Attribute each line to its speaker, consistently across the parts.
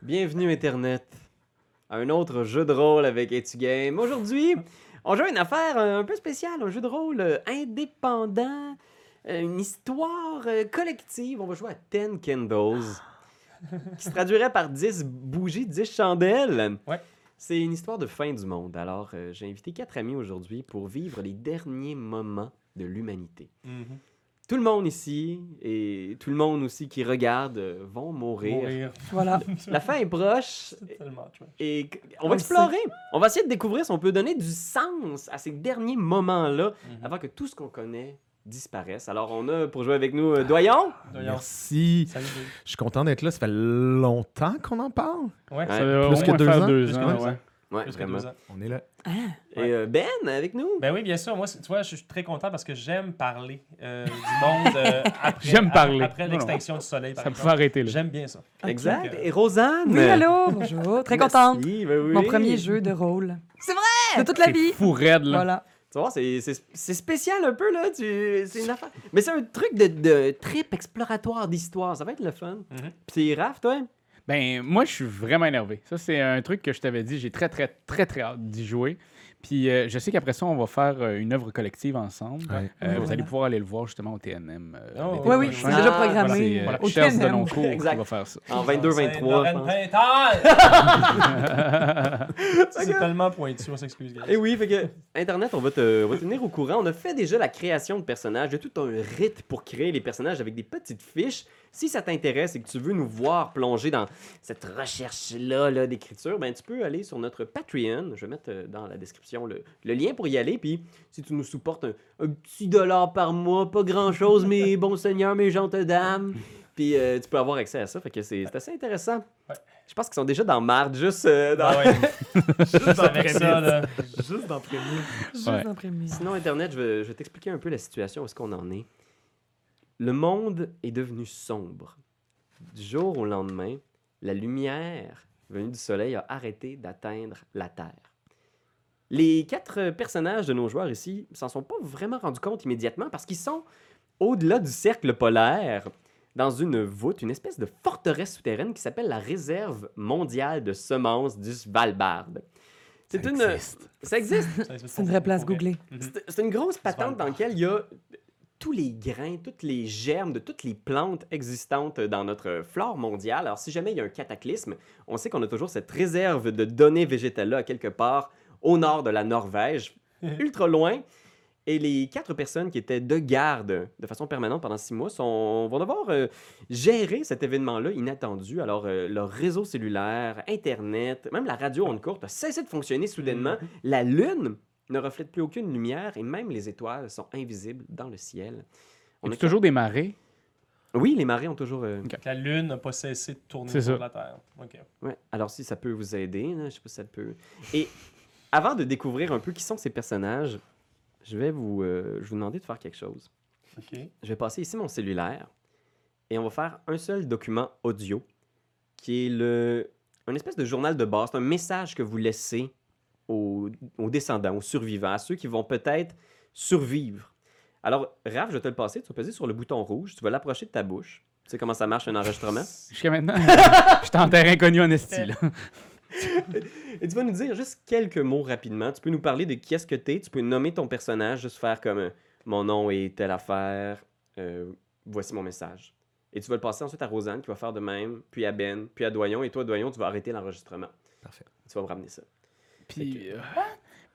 Speaker 1: Bienvenue Internet à un autre jeu de rôle avec Etu Game. Aujourd'hui, on joue à une affaire euh, un peu spéciale, un jeu de rôle euh, indépendant, euh, une histoire euh, collective. On va jouer à 10 Candles, qui se traduirait par 10 bougies, 10 chandelles.
Speaker 2: Ouais.
Speaker 1: C'est une histoire de fin du monde. Alors, euh, j'ai invité quatre amis aujourd'hui pour vivre les derniers moments de l'humanité. Tout le monde ici et tout le monde aussi qui regarde euh, vont mourir.
Speaker 2: Mourir.
Speaker 3: Voilà.
Speaker 1: La fin est proche
Speaker 2: C'est tellement trash.
Speaker 1: et qu- on
Speaker 3: On
Speaker 1: va
Speaker 3: le
Speaker 1: explorer. On va essayer de découvrir si on peut donner du sens à ces derniers moments-là
Speaker 2: Mhm.
Speaker 1: avant que tout ce qu'on connaît disparaisse. Alors, on a pour jouer avec nous euh, Doyon.
Speaker 2: D'ailleurs,
Speaker 4: Merci.
Speaker 2: ça y est.
Speaker 4: Je suis content d'être là. Ça fait longtemps qu'on en parle.
Speaker 2: Ouais,
Speaker 1: Ouais.
Speaker 2: ouais.
Speaker 5: Ça doit
Speaker 4: Plus
Speaker 5: au
Speaker 4: que
Speaker 5: moins
Speaker 4: deux
Speaker 5: faire
Speaker 4: ans,
Speaker 5: deux
Speaker 4: plus que
Speaker 5: ans,
Speaker 4: deux
Speaker 5: ouais.
Speaker 4: ans.
Speaker 1: Ouais,
Speaker 2: plus que
Speaker 1: vraiment.
Speaker 2: deux ans.
Speaker 4: On est là.
Speaker 1: Et euh, Ben avec nous.
Speaker 2: Ben oui, bien sûr. Moi, c'est- tu vois, je suis très content parce que j'aime parler euh, du monde euh, après,
Speaker 5: J'aime
Speaker 2: ap-
Speaker 5: parler.
Speaker 2: après
Speaker 5: Non,
Speaker 2: l'extinction du soleil. Par
Speaker 5: Ça pouvait
Speaker 2: exemple.
Speaker 5: arrêter là.
Speaker 2: J'aime bien ça.
Speaker 1: Exact.
Speaker 2: Ok.
Speaker 1: Et Rosanne.
Speaker 3: Oui, allô, bonjour. Très
Speaker 1: Merci,
Speaker 3: contente.
Speaker 1: ben oui.
Speaker 3: Mon premier jeu de rôle. C'est vrai! De toute la vie.
Speaker 5: C'est fou raide là.
Speaker 3: Voilà.
Speaker 1: Tu vois, c'est c'est- c'est spécial un peu, là. tu- C'est une affaire. Mais c'est un truc de, de trip exploratoire d'histoire. Ça va être le fun.
Speaker 2: Mhm.
Speaker 1: Puis Raph, toi.
Speaker 5: Ben, moi, je suis vraiment énervé. Ça, c'est un truc que je t'avais dit. J'ai très, très, très, très hâte d'y jouer. Puis, euh, je sais qu'après ça, on va faire euh, une œuvre collective ensemble.
Speaker 4: Ouais.
Speaker 5: Euh,
Speaker 3: Voilà.
Speaker 5: Vous allez pouvoir aller le voir justement au TNM. euh,
Speaker 2: Oh,
Speaker 5: l'été
Speaker 3: Oui, oui,
Speaker 5: prochain.
Speaker 3: c'est déjà
Speaker 1: Ah,
Speaker 3: programmé.
Speaker 5: C'est euh,
Speaker 3: au
Speaker 5: Chers de
Speaker 3: TNM.
Speaker 5: Loncourt qui
Speaker 1: Exact.
Speaker 5: va faire ça.
Speaker 1: En 22-23. je
Speaker 2: Lorraine
Speaker 1: pense.
Speaker 2: Pintal! C'est tellement pointu, on s'excuse, gars.
Speaker 1: Et Eh oui, fait que Internet, on va, te, on va te tenir au courant. On a fait déjà la création de personnages, de tout un rite pour créer les personnages avec des petites fiches. Si ça t'intéresse et que tu veux nous voir plonger dans cette recherche-là là, d'écriture, ben, tu peux aller sur notre Patreon. Je vais mettre euh, dans la description le, le lien pour y aller. Puis si tu nous supportes un, un petit dollar par mois, pas grand-chose, mais bon seigneur, mes gentes dames, puis euh, tu peux avoir accès à ça. Fait que c'est c'est assez intéressant.
Speaker 2: Ouais.
Speaker 1: Je pense qu'ils sont déjà dans marde, juste euh, dans...
Speaker 2: Ah ouais. Juste avec ça, là.
Speaker 1: juste dans
Speaker 3: Juste
Speaker 5: Ouais.
Speaker 3: en premier.
Speaker 1: Sinon, Internet, je vais, je vais t'expliquer un peu la situation, où est-ce qu'on en est. Le monde est devenu sombre. Du jour au lendemain, la lumière venue du soleil a arrêté d'atteindre la Terre. Les quatre personnages de nos joueurs ici s'en sont pas vraiment rendus compte immédiatement parce qu'ils sont au-delà du cercle polaire, dans une voûte, une espèce de forteresse souterraine qui s'appelle la Réserve mondiale de semences du Svalbard. C'est
Speaker 4: Ça
Speaker 1: une...
Speaker 4: existe.
Speaker 1: Ça existe.
Speaker 3: C'est une vraie place googlée.
Speaker 1: C'est- C'est une grosse patente
Speaker 2: Svalbard.
Speaker 1: dans laquelle il y a tous les grains, toutes les germes de toutes les plantes existantes dans notre flore mondiale. Alors, si jamais il y a un cataclysme, on sait qu'on a toujours cette réserve de données végétales-là à quelque part au nord de la Norvège, ultra loin. Et les quatre personnes qui étaient de garde de façon permanente pendant six mois sont, vont devoir euh, gérer cet événement-là inattendu. Alors, euh, leur réseau cellulaire, Internet, même la radio onde courte a cessé de fonctionner soudainement. La Lune ne reflète plus aucune lumière et même les étoiles sont invisibles dans le ciel.
Speaker 5: On
Speaker 1: a
Speaker 5: a toujours des marées.
Speaker 1: Oui, les marées ont toujours... euh,
Speaker 2: La Lune n'a pas cessé de tourner
Speaker 5: C'est
Speaker 2: autour de
Speaker 5: ça.
Speaker 2: la Terre. OK.
Speaker 1: Ouais. Alors, si ça peut vous aider, là, je sais pas si ça peut. Et avant de découvrir un peu qui sont ces personnages, je vais vous, euh, je vous demander de faire quelque chose.
Speaker 2: OK.
Speaker 1: Je vais passer ici mon cellulaire et on va faire un seul document audio qui est le un espèce de journal de base, c'est un message que vous laissez aux, aux descendants, aux survivants, à ceux qui vont peut-être survivre. Alors, Raph, je vais te le passer, tu vas peser sur le bouton rouge, tu vas l'approcher de ta bouche. Tu sais comment ça marche un enregistrement?
Speaker 5: Jusqu'à maintenant, j'étais en terre inconnue en esti. là.
Speaker 1: Et tu vas nous dire juste quelques mots rapidement. Tu peux nous parler de qui est-ce que t'es, tu peux nommer ton personnage, juste faire comme euh, mon nom est telle affaire, euh, voici mon message. Et tu vas le passer ensuite à Rosanne qui va faire de même, puis à Ben, puis à Doyon. Et toi, Doyon, tu vas arrêter l'enregistrement.
Speaker 4: Parfait.
Speaker 1: Tu vas me ramener ça.
Speaker 5: Puis, euh,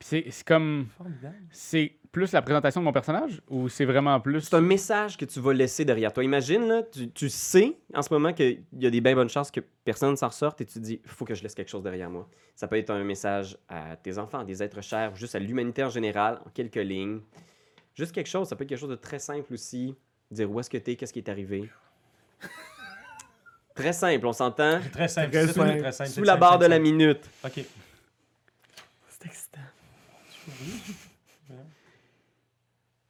Speaker 5: puis c'est c'est comme.
Speaker 2: Formidable.
Speaker 5: C'est plus la présentation de mon personnage ou c'est vraiment plus.
Speaker 1: C'est un message que tu vas laisser derrière toi. Imagine, là, tu, tu sais en ce moment qu'il y a des bien bonnes chances que personne s'en sorte et tu te dis, faut que je laisse quelque chose derrière moi. Ça peut être un message à tes enfants, à des êtres chers, ou juste à l'humanité en général, en quelques lignes. Juste quelque chose, ça peut être quelque chose de très simple aussi. Dire où est-ce que t'es, qu'est-ce qui est arrivé. très simple, on s'entend.
Speaker 2: Très simple.
Speaker 4: Très
Speaker 2: c'est tout,
Speaker 4: simple.
Speaker 2: très simple,
Speaker 1: Sous
Speaker 2: c'est
Speaker 1: la
Speaker 2: simple,
Speaker 1: barre de
Speaker 2: c'est
Speaker 1: la
Speaker 2: simple.
Speaker 1: minute.
Speaker 2: OK.
Speaker 3: C'est excitant.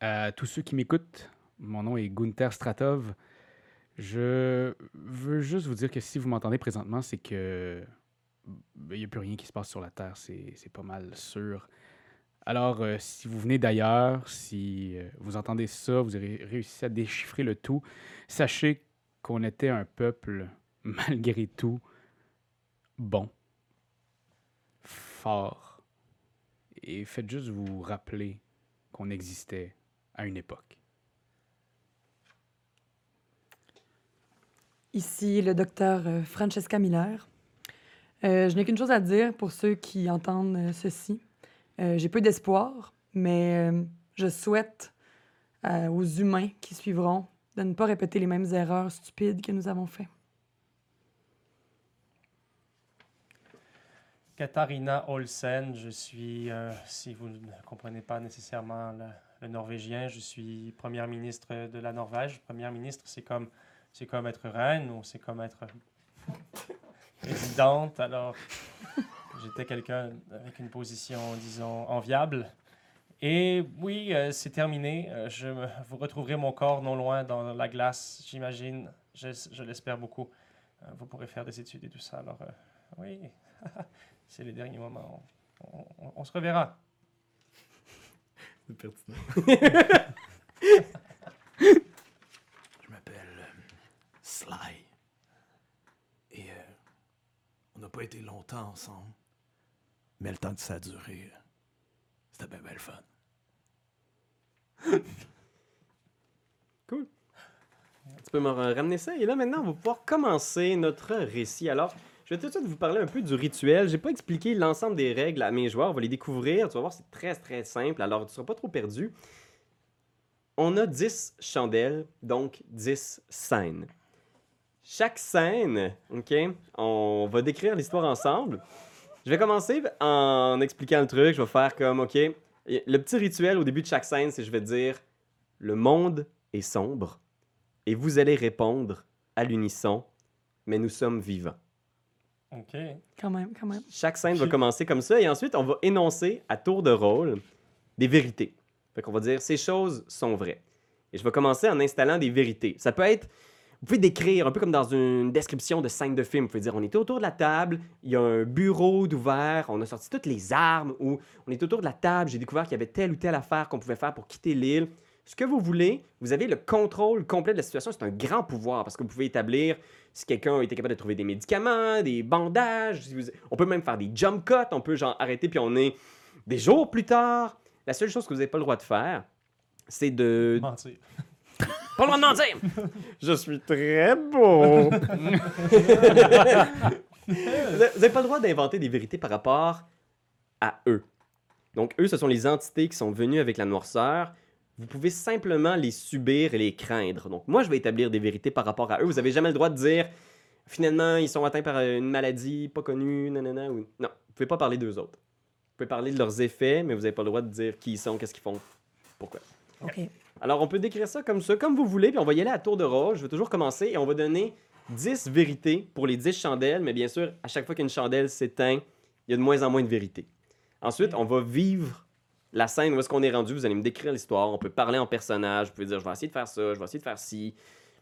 Speaker 5: À tous ceux qui m'écoutent, mon nom est Gunther Stratov. Je veux juste vous dire que si vous m'entendez présentement, c'est que ben, il n'y a plus rien qui se passe sur la Terre, c'est c'est pas mal sûr. Alors, euh, si vous venez d'ailleurs, si euh, vous entendez ça, vous aurez réussi à déchiffrer le tout, sachez qu'on était un peuple, malgré tout, bon, fort, et faites juste vous rappeler qu'on existait à une époque.
Speaker 3: Ici le docteur euh, Francesca Miller. Euh, je n'ai qu'une chose à dire pour ceux qui entendent euh, ceci. Euh, J'ai peu d'espoir, mais euh, je souhaite euh, aux humains qui suivront de ne pas répéter les mêmes erreurs stupides que nous avons faites.
Speaker 2: Katharina Olsen, je suis, euh, si vous ne comprenez pas nécessairement le, le norvégien, je suis première ministre de la Norvège. Première ministre, c'est comme, c'est comme être reine ou c'est comme être présidente. Alors, j'étais quelqu'un avec une position, disons, enviable. Et oui, euh, c'est terminé. Euh, Je, me- vous retrouverez mon corps non loin dans la glace, j'imagine. Je, je l'espère beaucoup. Euh, Vous pourrez faire des études et tout ça. Alors, euh, oui. C'est les derniers moments. On, on- on se reverra.
Speaker 6: C'est pertinent. Je m'appelle euh, Sly. Et euh, on n'a pas été longtemps ensemble. Mais le temps que ça a duré, euh, c'était bien, bien le fun.
Speaker 1: Tu peux me ra- ramener ça. Et là, maintenant, on va pouvoir commencer notre récit. Alors, je vais tout de suite vous parler un peu du rituel. J'ai pas expliqué l'ensemble des règles à mes joueurs. On va les découvrir. Tu vas voir, c'est très, très simple. Alors, tu seras pas trop perdu. On a 10 chandelles, donc 10 scènes. Chaque scène, OK, on va décrire l'histoire ensemble. Je vais commencer en expliquant le truc. Je vais faire comme, OK, le petit rituel au début de chaque scène, c'est je vais dire, le monde est sombre et vous allez répondre à l'unisson, mais nous sommes vivants.
Speaker 2: OK.
Speaker 3: Quand même, quand même.
Speaker 1: Chaque scène va
Speaker 2: Puis-
Speaker 1: commencer comme ça et ensuite on va énoncer à tour de rôle des vérités. Fait qu'on va dire ces choses sont vraies. Et je vais commencer en installant des vérités. Ça peut être vous pouvez décrire un peu comme dans une description de scène de film. Vous pouvez dire on était autour de la table, il y a un bureau d'ouvert, on a sorti toutes les armes ou on était autour de la table, j'ai découvert qu'il y avait telle ou telle affaire qu'on pouvait faire pour quitter l'île. Ce que vous voulez, vous avez le contrôle complet de la situation. C'est un grand pouvoir parce que vous pouvez établir si quelqu'un était capable de trouver des médicaments, des bandages, si vous- on peut même faire des jump cuts, on peut genre arrêter puis on est des jours plus tard. La seule chose que vous n'avez pas le droit de faire, c'est de...
Speaker 2: Mentir.
Speaker 1: Pas le droit de mentir! Je suis très beau! vous n'avez pas le droit d'inventer des vérités par rapport à eux. Donc, eux, ce sont les entités qui sont venues avec la noirceur. Vous pouvez simplement les subir et les craindre. Donc, moi, je vais établir des vérités par rapport à eux. Vous n'avez jamais le droit de dire, finalement, ils sont atteints par une maladie pas connue, nanana. Ou... Non, vous ne pouvez pas parler d'eux autres. Vous pouvez parler de leurs effets, mais vous n'avez pas le droit de dire qui ils sont, qu'est-ce qu'ils font, pourquoi.
Speaker 3: OK.
Speaker 1: Alors, on peut décrire ça comme ça, comme vous voulez, puis on va y aller à tour de rôle. Je vais toujours commencer et on va donner 10 vérités pour les 10 chandelles, mais bien sûr, à chaque fois qu'une chandelle s'éteint, il y a de moins en moins de vérités. Ensuite, on va vivre la scène où est-ce qu'on est rendu. Vous allez me décrire l'histoire. On peut parler en personnage. Vous pouvez dire, je vais essayer de faire ça, je vais essayer de faire ci.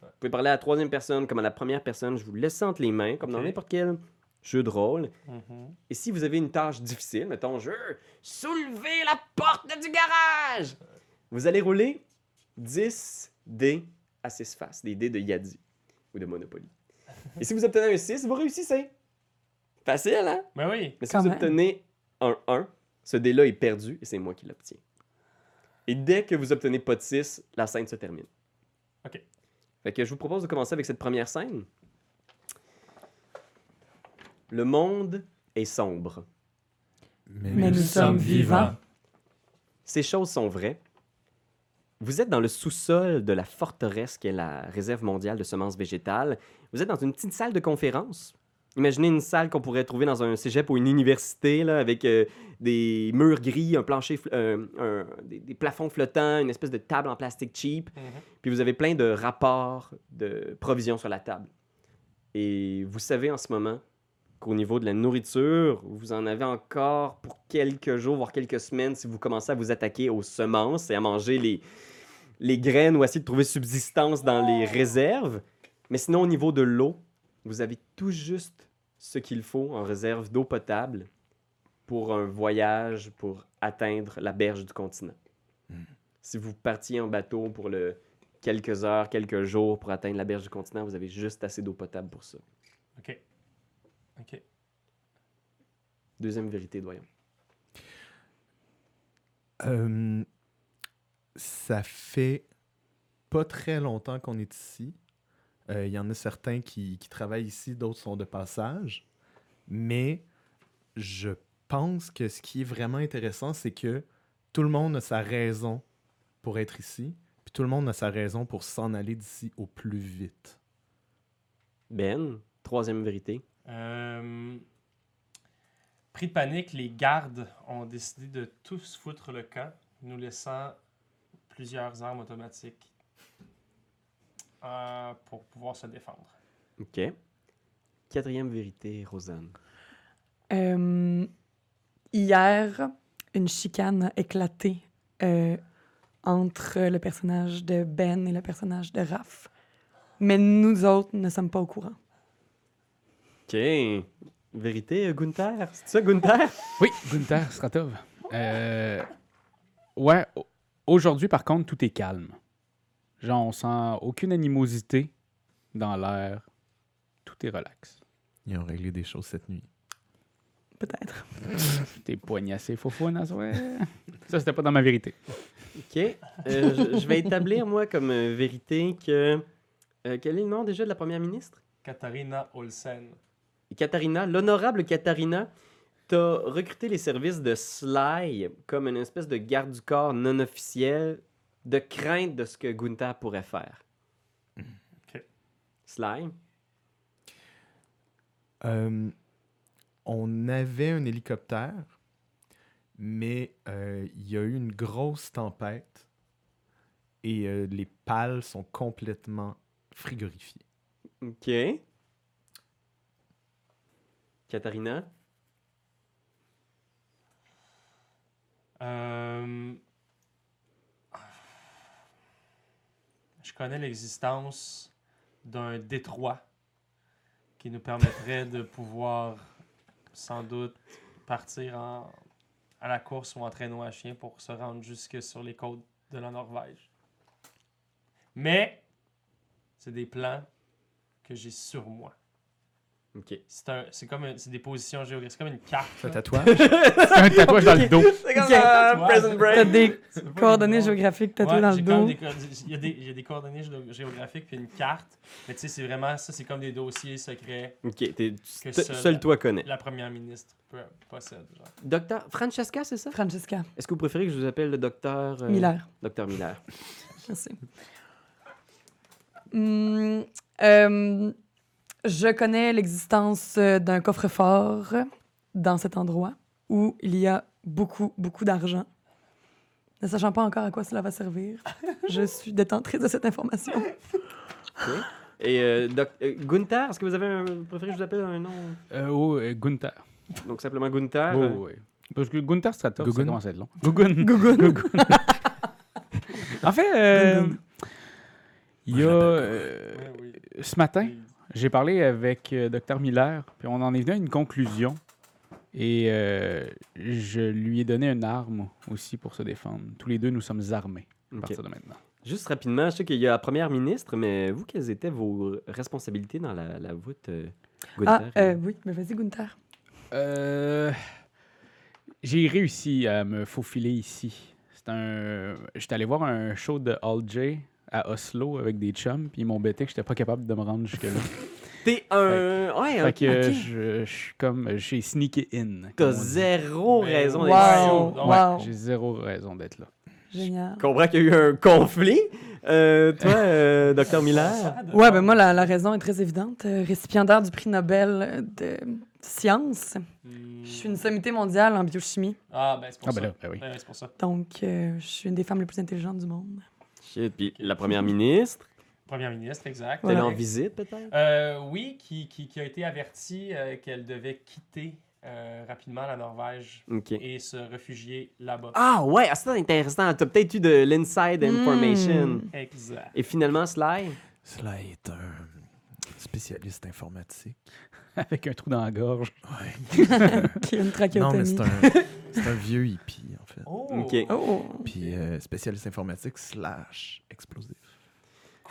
Speaker 1: Vous pouvez parler à la troisième personne comme à la première personne. Je vous laisse entre les mains, comme dans
Speaker 2: Ok.
Speaker 1: n'importe quel jeu de rôle.
Speaker 2: Mhm.
Speaker 1: Et si vous avez une tâche difficile, mettons, je veux soulever la porte du garage, vous allez rouler 10 dés à 6 faces, des dés de Yadi ou de Monopoly. Et si vous obtenez un 6, vous réussissez. Facile, hein?
Speaker 2: Mais Ben oui.
Speaker 1: Mais si
Speaker 3: Quand
Speaker 1: vous
Speaker 3: même.
Speaker 1: obtenez un 1, ce dé-là est perdu et c'est moi qui l'obtiens. Et dès que vous obtenez pas de 6, la scène se termine.
Speaker 2: Ok.
Speaker 1: Fait que je vous propose de commencer avec cette première scène. Le monde est sombre.
Speaker 3: Mais nous sommes vivants.
Speaker 1: Ces choses sont vraies. Vous êtes dans le sous-sol de la forteresse qui est la réserve mondiale de semences végétales. Vous êtes dans une petite salle de conférence. Imaginez une salle qu'on pourrait trouver dans un cégep ou une université, là, avec euh, des murs gris, un plancher, fl- euh, un- des, des plafonds flottants, une espèce de table en plastique cheap.
Speaker 2: Mhm.
Speaker 1: Puis vous avez plein de rapports de provisions sur la table. Et vous savez en ce moment qu'au niveau de la nourriture, vous en avez encore pour quelques jours, voire quelques semaines, si vous commencez à vous attaquer aux semences et à manger les, les graines ou à essayer de trouver subsistance dans les réserves. Mais sinon, au niveau de l'eau, vous avez tout juste ce qu'il faut en réserve d'eau potable pour un voyage, pour atteindre la berge du continent.
Speaker 6: Hmm.
Speaker 1: Si vous partiez en bateau pour le quelques heures, quelques jours pour atteindre la berge du continent, vous avez juste assez d'eau potable pour ça.
Speaker 2: OK. OK.
Speaker 1: Deuxième vérité, doyon.
Speaker 4: Euh, ça fait pas très longtemps qu'on est ici. Euh, Il y en a certains qui, qui travaillent ici, d'autres sont de passage. Mais je pense que ce qui est vraiment intéressant, c'est que tout le monde a sa raison pour être ici, puis tout le monde a sa raison pour s'en aller d'ici au plus vite.
Speaker 1: Ben, troisième vérité.
Speaker 2: Euh, pris de panique, les gardes ont décidé de tous foutre le camp, nous laissant plusieurs armes automatiques euh, pour pouvoir se défendre.
Speaker 1: OK. Quatrième vérité, Rosanne.
Speaker 3: Euh, hier, une chicane a éclaté euh, entre le personnage de Ben et le personnage de Raph. Mais nous autres ne sommes pas au courant.
Speaker 1: OK. Vérité, euh, Gunther. C'est ça, Gunther?
Speaker 5: Oui, Gunther Stratov. Euh, ouais, au- aujourd'hui, par contre, tout est calme. Genre, on sent aucune animosité dans l'air. Tout est relax.
Speaker 4: Ils ont réglé des choses cette nuit.
Speaker 3: Peut-être.
Speaker 5: T'es poignassé, faux faux, ouais. Ça, c'était pas dans ma vérité.
Speaker 1: OK. Euh, je, je vais établir, moi, comme euh, vérité que... euh, quel est le nom déjà de la première ministre?
Speaker 2: Katharina Olsen.
Speaker 1: Katharina, l'honorable Katharina, t'as recruté les services de Sly comme une espèce de garde du corps non officiel de crainte de ce que Gunther pourrait faire.
Speaker 2: OK.
Speaker 1: Sly?
Speaker 4: Euh, on avait un hélicoptère, mais euh, il y a eu une grosse tempête et euh, les pales sont complètement frigorifiées.
Speaker 1: OK. Katharina?
Speaker 2: Euh, Je connais l'existence d'un détroit qui nous permettrait de pouvoir sans doute partir en- à la course ou en traîneau à chien pour se rendre jusque sur les côtes de la Norvège. Mais c'est des plans que j'ai sur moi.
Speaker 1: OK.
Speaker 2: C'est un- c'est comme un- c'est des positions géographiques, c'est comme une carte.
Speaker 4: Un
Speaker 2: là.
Speaker 4: tatouage?
Speaker 5: Un tatouage dans le dos.
Speaker 1: C'est
Speaker 3: comme,
Speaker 2: euh, Prison
Speaker 3: T'as des
Speaker 2: C'est pas
Speaker 3: coordonnées
Speaker 2: une drôle.
Speaker 3: géographiques tatouées
Speaker 2: Ouais,
Speaker 3: dans le
Speaker 2: j'ai comme
Speaker 3: dos.
Speaker 2: des coordi- Il y, a des- il y a des coordonnées géo- géographiques puis une carte. Mais tu sais, c'est vraiment ça, c'est comme des dossiers secrets
Speaker 1: OK. t'es-
Speaker 2: que
Speaker 1: te-
Speaker 2: seul-
Speaker 1: seul toi connais.
Speaker 2: la première ministre peut- possède. genre.
Speaker 1: Docteur Francesca, c'est ça?
Speaker 3: Francesca
Speaker 1: Est-ce que vous préférez que je vous appelle le docteur... euh,
Speaker 3: Miller.
Speaker 1: Docteur Miller.
Speaker 3: Merci. Hum, euh, je connais l'existence euh, d'un coffre-fort dans cet endroit où il y a beaucoup, beaucoup d'argent. Ne sachant pas encore à quoi cela va servir, je suis détentrice de cette information.
Speaker 1: Et euh, doc- euh, Gunther, est-ce que vous avez un... vous préférez que je vous appelle un nom?
Speaker 5: Euh, oh, euh, Gunther.
Speaker 1: Donc simplement Gunther.
Speaker 5: Oh,
Speaker 1: euh,
Speaker 5: ouais. Parce que Gunther Stratov, ça
Speaker 4: Gugun.
Speaker 5: commence à être long. Gugun. Gugun. en fait, euh,
Speaker 3: Gugun.
Speaker 5: il y a...
Speaker 6: Moi, je
Speaker 5: euh,
Speaker 2: Ouais, oui.
Speaker 5: ce matin,
Speaker 2: Puis,
Speaker 5: J'ai parlé avec euh, Docteur Miller, puis on en est venu à une conclusion. Et euh, je lui ai donné une arme aussi pour se défendre. Tous les deux, nous sommes armés à
Speaker 1: ok.
Speaker 5: partir de maintenant.
Speaker 1: Juste rapidement, je sais qu'il y a la première ministre, mais vous, quelles étaient vos responsabilités dans la, la voûte, euh,
Speaker 3: Ah,
Speaker 1: Gunther?
Speaker 3: euh, oui, mais vas-y, Gunther.
Speaker 5: Euh, J'ai réussi à me faufiler ici. C'est un... J'étais allé voir un show de All J à Oslo avec des chums, puis ils m'ont bêté que j'étais pas capable de me rendre jusque-là.
Speaker 1: T'es un... Ouais,
Speaker 5: fait
Speaker 1: ok,
Speaker 5: que
Speaker 1: ok.
Speaker 5: je, je suis comme... J'ai sneaké in.
Speaker 1: T'as
Speaker 5: comme on dit.
Speaker 1: zéro
Speaker 2: Mais
Speaker 1: raison
Speaker 2: ouais. oh,
Speaker 1: d'être ici.
Speaker 3: Wow,
Speaker 2: Ouais,
Speaker 5: Ouais,
Speaker 3: wow.
Speaker 5: J'ai zéro raison d'être là.
Speaker 3: Génial.
Speaker 1: Je comprends qu'il y a eu un conflit. Euh, toi, euh, docteur Miller?
Speaker 2: ça, de-
Speaker 3: Ouais, ben moi, la, la raison est très évidente. Euh, Récipiendaire du prix Nobel de sciences,
Speaker 2: Hmm.
Speaker 3: je suis une sommité mondiale en biochimie.
Speaker 2: Ah, ben c'est pour
Speaker 5: Ah
Speaker 2: ça.
Speaker 5: ben là, ben oui.
Speaker 2: Ouais, ouais, c'est pour ça.
Speaker 3: Donc, euh, je suis une des femmes les plus intelligentes du monde.
Speaker 1: Shit, puis la première ministre?
Speaker 2: Première ministre, exact.
Speaker 1: T'es allé en
Speaker 2: Ex-
Speaker 1: visite, peut-être?
Speaker 2: Euh, oui, qui, qui, qui a été avertie euh, qu'elle devait quitter euh, rapidement la Norvège
Speaker 1: OK.
Speaker 2: et se réfugier là-bas.
Speaker 1: Ah ouais, ah, ça c'est intéressant. T'as peut-être eu de l'inside
Speaker 3: Hmm.
Speaker 1: information.
Speaker 2: Exact.
Speaker 1: Et finalement, Sly?
Speaker 6: Cela est un spécialiste informatique.
Speaker 5: Avec un trou dans la gorge.
Speaker 3: Qui a une
Speaker 6: non, mais
Speaker 3: trachéotomie.
Speaker 6: c'est un, c'est un vieux hippie, en fait.
Speaker 2: Oh,
Speaker 1: Ok.
Speaker 3: Oh!
Speaker 6: Puis euh, spécialiste informatique slash explosif.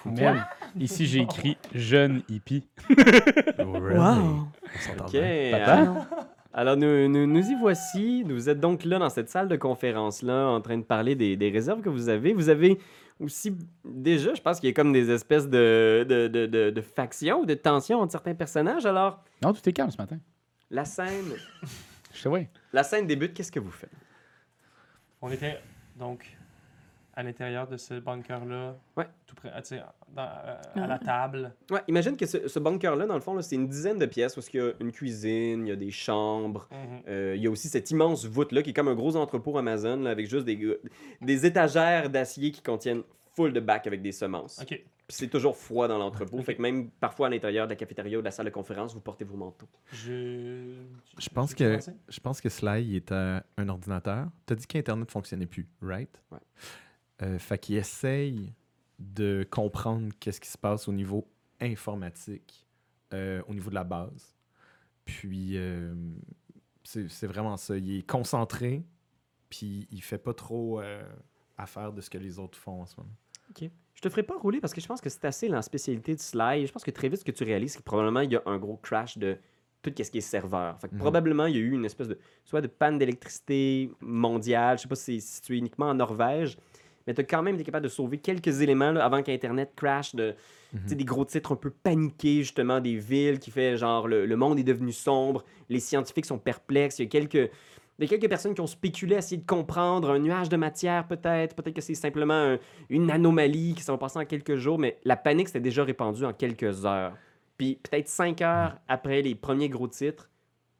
Speaker 5: Merde. Ici, j'ai écrit jeune hippie.
Speaker 3: Wow!
Speaker 6: On s'entend
Speaker 1: OK.
Speaker 6: bien.
Speaker 1: euh,
Speaker 5: Papa?
Speaker 3: Non.
Speaker 1: Alors, nous, nous, nous y voici. Vous êtes donc là, dans cette salle de conférence-là, en train de parler des, des réserves que vous avez. Vous avez aussi, déjà, je pense qu'il y a comme des espèces de, de, de, de- de factions ou de tensions entre certains personnages. Alors,
Speaker 5: Non, tout est calme ce matin.
Speaker 1: la scène,
Speaker 5: Je sais, ouais.
Speaker 1: la scène débute. Qu'est-ce que vous faites?
Speaker 2: On était donc à l'intérieur de ce bunker-là.
Speaker 1: Ouais.
Speaker 2: Tout près, ah, tu sais, dans- euh, à la table.
Speaker 1: Ouais, imagine que ce, ce bunker-là, dans le fond, là, c'est une dizaine de pièces où il y a une cuisine, il y a des chambres,
Speaker 2: Mhm.
Speaker 1: Euh, il y a aussi cette immense voûte-là qui est comme un gros entrepôt Amazon là, avec juste des, des étagères d'acier qui contiennent full de bacs avec des semences.
Speaker 2: OK.
Speaker 1: Puis c'est toujours froid dans l'entrepôt,
Speaker 2: Ok.
Speaker 1: fait que même parfois à l'intérieur de la cafétéria ou de la salle de conférence, vous portez vos manteaux.
Speaker 2: Je...
Speaker 4: Je pense
Speaker 2: veux
Speaker 4: que-
Speaker 2: commencer?
Speaker 4: Je pense que Sly il est à un ordinateur. T'as dit qu'Internet fonctionnait plus, right?
Speaker 1: Ouais.
Speaker 4: Euh, fait qu'il essaye de comprendre qu'est-ce qui se passe au niveau informatique, euh, au niveau de la base. Puis, euh, c'est c'est vraiment ça. Il est concentré, puis il fait pas trop euh, affaire de ce que les autres font en ce moment.
Speaker 1: Je te ferai pas rouler parce que je pense que c'est assez la spécialité de Sly. Je pense que très vite, ce que tu réalises, c'est que probablement, il y a un gros crash de tout ce qui est serveur. Fait que
Speaker 4: Mhm.
Speaker 1: probablement, il y a eu une espèce de soit de panne d'électricité mondiale, je sais pas si c'est situé uniquement en Norvège, mais tu as quand même été capable de sauver quelques éléments là, avant qu'Internet crash, de, tu sais,
Speaker 4: Mhm.
Speaker 1: des gros titres un peu paniqués, justement, des villes qui fait genre le, le monde est devenu sombre, les scientifiques sont perplexes, il y a quelques. Il y a quelques personnes qui ont spéculé, essayé de comprendre un nuage de matière peut-être, peut-être que c'est simplement un- une anomalie qui s'en passant en quelques jours, mais la panique s'était déjà répandue en quelques heures. Puis peut-être cinq heures après les premiers gros titres,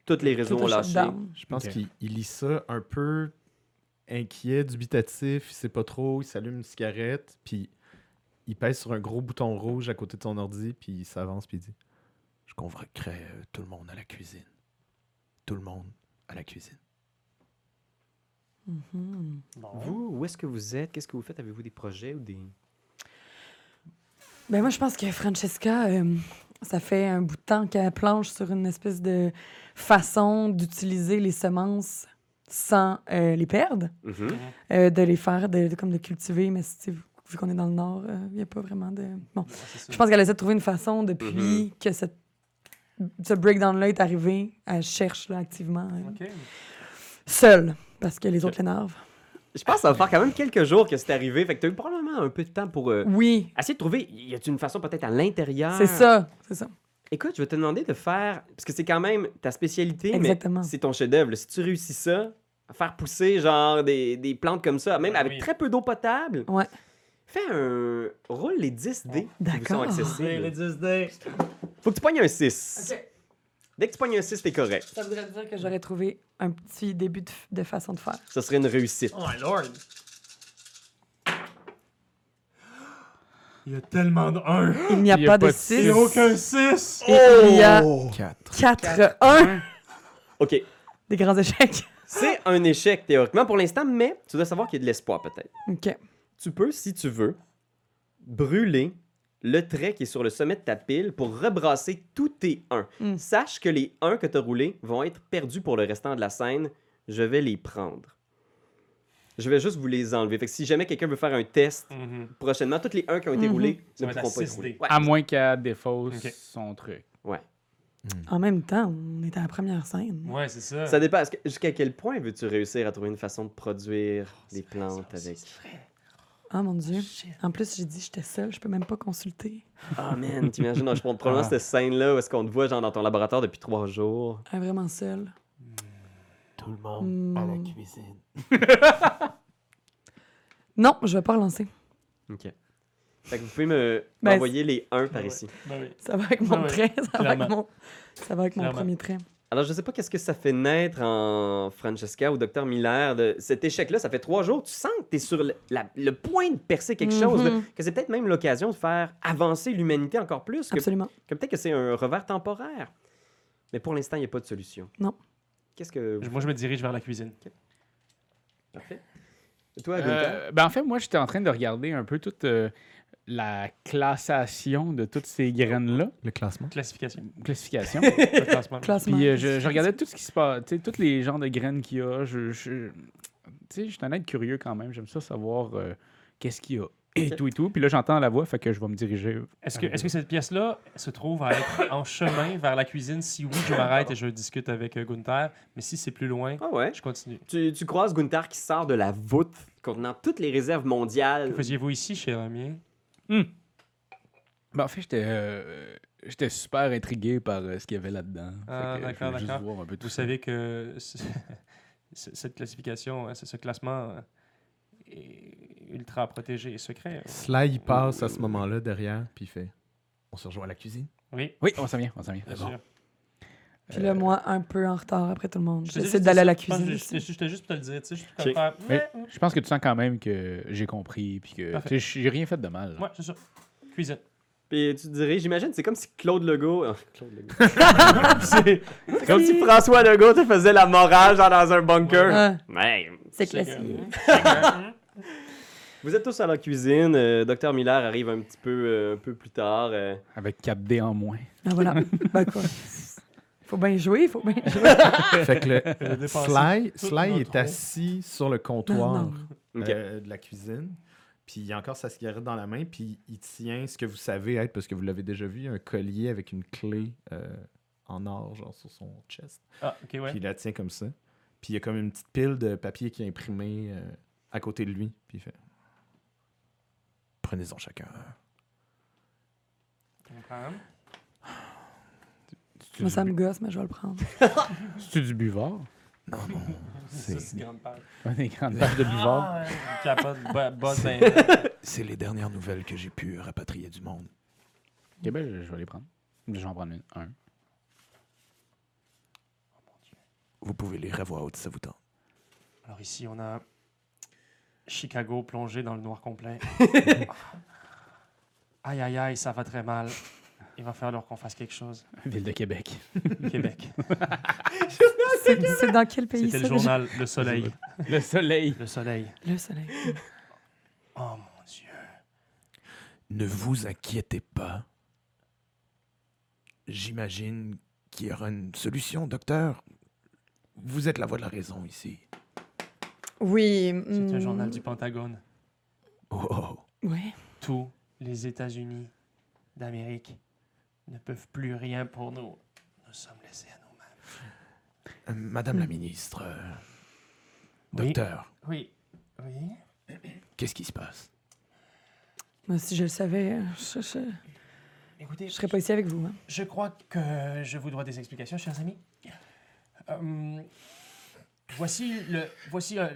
Speaker 1: tous les réseaux
Speaker 3: Tout
Speaker 1: ont
Speaker 3: a
Speaker 1: lâché.
Speaker 3: shutdown.
Speaker 4: Je pense
Speaker 5: Ok.
Speaker 4: qu'il il lit ça un peu inquiet, dubitatif, il sait pas trop, il s'allume une cigarette, puis il pèse sur un gros bouton rouge à côté de son ordi, puis il s'avance, puis il dit
Speaker 6: Je convoquerai euh, tout le monde à la cuisine. Tout le monde à la cuisine.
Speaker 3: Mhm.
Speaker 2: Bon.
Speaker 1: Vous, où est-ce que vous êtes? Qu'est-ce que vous faites? Avez-vous des projets ou des...
Speaker 3: Ben moi, je pense que Francesca, euh, ça fait un bout de temps qu'elle planche sur une espèce de façon d'utiliser les semences sans euh, les perdre,
Speaker 2: Mhm.
Speaker 1: Mm-hmm.
Speaker 3: euh, de les faire, de, de- comme de cultiver, mais si, tu sais, vu vu qu'on est dans le nord, euh, il n'y a pas vraiment de... Bon,
Speaker 2: Ouais, c'est ça.
Speaker 3: je pense qu'elle essaie de trouver une façon
Speaker 1: Mhm.
Speaker 3: depuis que cette- ce breakdown-là est arrivé, elle cherche là, activement, euh,
Speaker 2: OK.
Speaker 3: seule, parce que les autres l'énervent.
Speaker 1: Je pense que ça va faire quand même quelques jours que c'est arrivé, fait que t'as eu probablement un peu de temps pour... euh,
Speaker 3: Oui,
Speaker 1: Essayer de trouver, y a-t-il une façon peut-être à l'intérieur?
Speaker 3: Mm. c'est ça, c'est ça.
Speaker 1: Écoute, je vais te demander de faire, parce que c'est quand même ta spécialité,
Speaker 3: Exactement.
Speaker 1: mais c'est ton chef-d'œuvre. là. Si tu réussis ça, faire pousser genre des, des plantes comme ça, même
Speaker 2: Ben
Speaker 1: avec
Speaker 2: oui.
Speaker 1: très peu d'eau potable,
Speaker 3: Ouais.
Speaker 1: fais un roule les 10 dés qui vous sont
Speaker 3: D'accord.
Speaker 2: C'est les
Speaker 1: accessibles.
Speaker 2: 10 dés.
Speaker 1: Faut que tu pognes un 6. Dès que tu pognes un 6, t'es correct.
Speaker 3: Ça voudrait dire que j'aurais trouvé un petit début de, f- de façon de faire.
Speaker 1: Ça serait une réussite.
Speaker 2: Oh my lord.
Speaker 6: Il y a tellement de un.
Speaker 3: Il n'y a,
Speaker 5: Il y a
Speaker 3: pas
Speaker 5: pas
Speaker 3: de
Speaker 5: de
Speaker 2: Il n'y
Speaker 3: 6.
Speaker 2: a aucun Oh! 6.
Speaker 3: Il y a
Speaker 6: 4.
Speaker 3: 4, 1
Speaker 1: OK.
Speaker 3: des grands échecs.
Speaker 1: C'est un échec théoriquement pour l'instant, mais tu dois savoir qu'il y a de l'espoir peut-être.
Speaker 3: OK.
Speaker 1: Tu peux, si tu veux, brûler le trait qui est sur le sommet de ta pile pour rebrasser tous tes 1.
Speaker 3: Mm.
Speaker 1: Sache que les 1 que tu as roulés vont être perdus pour le restant de la scène. Je vais les prendre. Je vais juste vous les enlever. Fait que si jamais quelqu'un veut faire un test
Speaker 2: Mhm.
Speaker 1: prochainement, toutes les 1 qui ont été
Speaker 3: Mhm.
Speaker 1: roulés
Speaker 2: Ça
Speaker 1: ne
Speaker 2: va être
Speaker 1: pourront
Speaker 2: à
Speaker 1: pas être
Speaker 2: 6D.
Speaker 1: roulés. Ouais.
Speaker 5: À moins qu'elle défausse
Speaker 2: Ok.
Speaker 5: son truc.
Speaker 3: En même temps, on est à la première scène.
Speaker 2: Ouais, c'est ça.
Speaker 1: Ça dépend. Est-ce que- Jusqu'à quel point veux-tu réussir à trouver une façon de produire des plantes avec...
Speaker 3: Ah mon Dieu. En plus, j'ai dit j'étais seule, je peux même pas consulter.
Speaker 1: Oh man, t'imagines, je prends probablement cette scène-là où est-ce qu'on te voit genre dans ton laboratoire depuis trois jours.
Speaker 3: Ah, vraiment seule.
Speaker 6: Tout le monde à la
Speaker 3: Hmm.
Speaker 6: cuisine.
Speaker 3: Non, je vais pas relancer.
Speaker 1: Ok. Fait que vous pouvez me
Speaker 3: Ben,
Speaker 1: m'envoyer les 1 par
Speaker 2: Ouais.
Speaker 1: ici.
Speaker 2: Ben oui.
Speaker 3: Ça va avec mon
Speaker 2: Ah ouais,
Speaker 3: trait, ça va avec
Speaker 2: clairement.
Speaker 3: mon, ça va avec mon
Speaker 2: Clairement.
Speaker 3: premier trait.
Speaker 1: Alors, je sais pas qu'est-ce que ça fait naître en Francesca ou Docteur Miller. de- Cet échec-là, ça fait trois jours. Tu sens que t'es sur le, la- le point de percer quelque chose, là,
Speaker 3: Mhm.
Speaker 1: que c'est peut-être même l'occasion de faire avancer l'humanité encore plus, que,
Speaker 3: Absolument.
Speaker 1: que peut-être que c'est un revers temporaire. Mais pour l'instant, il n'y a pas de solution.
Speaker 3: Non.
Speaker 1: Qu'est-ce que.
Speaker 2: Moi, je me dirige vers la cuisine.
Speaker 1: Parfait. Et Toi, Gunther?
Speaker 5: Euh, ben en fait, moi, j'étais en train de regarder un peu toute euh, la classation de toutes ces graines-là.
Speaker 4: Le classement.
Speaker 2: Classification.
Speaker 5: Classification.
Speaker 2: Le classement.
Speaker 3: Classement.
Speaker 5: Puis euh, je, je regardais tout ce qui se passe, tu sais, tous les genres de graines qu'il y a. Je, je- tu sais, je suis un être curieux quand même. J'aime ça savoir euh, qu'est-ce qu'il y a. et tout et tout. Puis là, j'entends la voix, fait que je vais me diriger.
Speaker 2: Est-ce que, est-ce que cette pièce-là se trouve à être en chemin vers la cuisine? Si oui, je m'arrête et je discute avec euh, Gunther. Mais si c'est plus loin,
Speaker 1: Ah ouais.
Speaker 2: je continue.
Speaker 1: Tu, tu croises Gunther qui sort de la voûte contenant toutes les réserves mondiales.
Speaker 2: Que faisiez-vous ici, cher ami?
Speaker 5: Ben, en fait, j'étais euh, j'étais super intrigué par euh, ce qu'il y avait là-dedans. Fait
Speaker 2: Ah,
Speaker 5: que je
Speaker 2: d'accord,
Speaker 5: voulais juste
Speaker 2: d'accord.
Speaker 5: voir un peu tout
Speaker 2: Vous
Speaker 5: ça.
Speaker 2: savez que ce- ce- cette classification, hein, ce ce classement euh, est ultra protégé et secret. hein.
Speaker 4: Sly, il passe à ce moment-là derrière, puis il fait On se rejoint à la cuisine.
Speaker 2: Oui,
Speaker 5: Oui, on s'en vient, on s'en vient.
Speaker 2: bien
Speaker 4: bon.
Speaker 2: sûr.
Speaker 3: Puis là, moi, un peu en retard après tout le monde.
Speaker 2: Je te dis
Speaker 3: J'essaie
Speaker 2: juste-
Speaker 3: d'aller à la
Speaker 2: je pense que
Speaker 3: cuisine.
Speaker 2: je- je-
Speaker 3: aussi.
Speaker 2: J'étais juste pour te le dire, tu sais, je suis
Speaker 1: Ok.
Speaker 2: comme faire...
Speaker 5: Mais je pense que tu sens quand même que j'ai compris, puis que
Speaker 2: Parfait.
Speaker 5: tu sais, j'ai rien fait de mal. là.
Speaker 2: Ouais, c'est ça. Cuisine.
Speaker 1: Puis tu te dirais, j'imagine, c'est comme si Claude Legault. Ah, Claude Legault.
Speaker 2: C'est-
Speaker 1: C'est comme si François Legault te faisait la morale genre dans un bunker.
Speaker 3: Ah,
Speaker 1: Ouais.
Speaker 3: c'est
Speaker 2: c'est
Speaker 3: classique.
Speaker 2: que-
Speaker 1: Vous êtes tous à la cuisine. euh, Docteur Miller arrive un petit peu, euh, un peu plus tard. euh.
Speaker 5: Avec 4D en moins.
Speaker 3: Ah, voilà. ben quoi. Faut bien jouer, faut bien jouer.
Speaker 6: Ah.
Speaker 4: Fait que le-
Speaker 2: Elle a dépensé
Speaker 4: Sly,
Speaker 2: tout
Speaker 4: Sly
Speaker 2: notre
Speaker 4: est
Speaker 2: eau.
Speaker 4: assis sur le comptoir
Speaker 3: Non, non.
Speaker 1: Ok.
Speaker 4: euh, de la cuisine, puis il a encore sa cigarette dans la main, puis il tient ce que vous savez être, parce que vous l'avez déjà vu, un collier avec une clé euh, en or, genre sur son chest.
Speaker 2: Ah, ok, ouais.
Speaker 4: Puis il la tient comme ça. Puis il y a comme une petite pile de papier qui est imprimé euh, à côté de lui. Puis il fait Prenez-en chacun. un.
Speaker 5: C'est-tu
Speaker 3: Moi,
Speaker 5: du
Speaker 3: ça me
Speaker 5: bu-
Speaker 3: gosse, mais je vais le prendre.
Speaker 5: C'est-tu du buvard?
Speaker 4: Non, non.
Speaker 2: C'est ça,
Speaker 4: C'est-
Speaker 2: c'est grande page.
Speaker 5: Un des grandes barres de buvard.
Speaker 2: Ah, ouais. Capote, bo- botte, ben,
Speaker 6: C'est les dernières nouvelles que j'ai pu rapatrier du monde.
Speaker 5: Ok, ben, je, je vais les prendre. Je vais en prendre une- un.
Speaker 6: Vous pouvez les revoir haute si ça vous tente.
Speaker 2: Alors ici, on a Chicago plongé dans le noir complet. aïe, aïe, aïe, ça va très mal. Il va falloir qu'on fasse quelque chose.
Speaker 5: Ville de Québec.
Speaker 2: Québec.
Speaker 3: C'est c'est dans quel pays
Speaker 2: C'était
Speaker 3: ça?
Speaker 2: le
Speaker 3: déjà?
Speaker 2: journal Le Soleil.
Speaker 5: Le soleil.
Speaker 2: Le Soleil.
Speaker 3: Le soleil.
Speaker 2: Oh mon Dieu.
Speaker 6: Ne vous inquiétez pas. J'imagine qu'il y aura une solution, docteur. Vous êtes la voix de la raison ici.
Speaker 3: Oui.
Speaker 2: C'est un journal du Pentagone.
Speaker 6: Oh, oh, oh.
Speaker 3: Oui.
Speaker 2: Tous les États-Unis d'Amérique ne peuvent plus rien pour nous. Nous sommes laissés à nous-mêmes.
Speaker 6: Euh, Madame la ministre, euh, docteur,
Speaker 2: Oui. Oui.
Speaker 6: qu'est-ce qui se passe
Speaker 3: Moi, si je le savais, je, je,
Speaker 2: Écoutez,
Speaker 3: je serais pas ici avec vous. hein.
Speaker 2: Je crois que je vous dois des explications, chers amis. Euh, voici le. Voici. euh,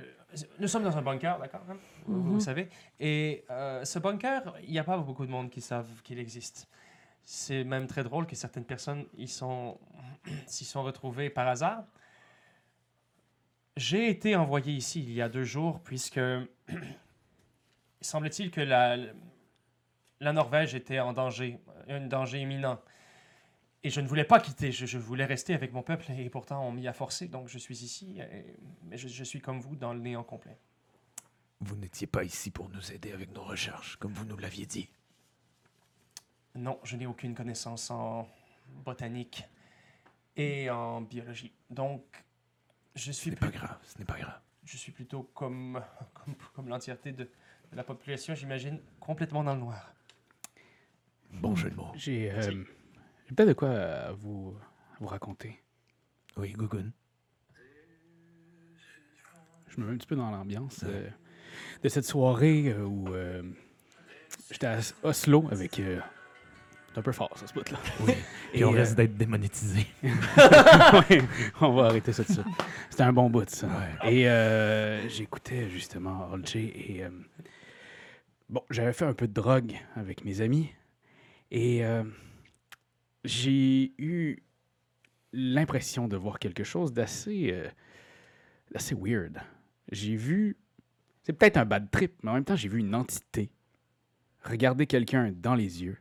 Speaker 2: nous sommes dans un bunker, d'accord hein? Vous- Vous
Speaker 3: Mhm.
Speaker 2: le savez. Et euh, ce bunker, il n'y a pas beaucoup de monde qui savent qu'il existe. C'est même très drôle que certaines personnes y sont, s'y sont retrouvées par hasard. J'ai été envoyé ici il y a deux jours, puisque semble-t-il que la, la Norvège était en danger, un danger imminent. Et je ne voulais pas quitter, je, je voulais rester avec mon peuple, et pourtant on m'y a forcé, donc je suis ici, et- mais je, je suis comme vous dans le néant complet.
Speaker 6: Vous n'étiez pas ici pour nous aider avec nos recherches, comme vous nous l'aviez dit.
Speaker 2: Non, je n'ai aucune connaissance en botanique et en biologie. Donc, je
Speaker 6: Ce
Speaker 2: suis,
Speaker 6: n'est pas grave, ce n'est pas grave.
Speaker 2: je suis plutôt comme, comme, comme l'entièreté de, de la population, j'imagine, complètement dans le noir.
Speaker 6: Bon jeu de mots.
Speaker 5: J'ai euh, j'ai peut-être de quoi euh, vous, vous raconter.
Speaker 6: Oui, Gugun.
Speaker 5: Je me mets un petit peu dans l'ambiance euh, de cette soirée euh, où euh, j'étais à Oslo avec. euh, c'est un peu fort, ça, ce bout-là.
Speaker 6: Oui.
Speaker 5: Et, euh,
Speaker 6: d'être démonétisé.
Speaker 5: Ouais, on va arrêter ça tout de suite. C'était un bon bout, ça.
Speaker 6: Ouais.
Speaker 5: Et euh, j'écoutais justement Olgé et. euh, bon, j'avais fait un peu de drogue avec mes amis. Et euh, j'ai eu l'impression de voir quelque chose d'assez. euh, d'assez weird. J'ai vu. C'est peut-être un bad trip, mais en même temps, j'ai vu une entité regarder quelqu'un dans les yeux.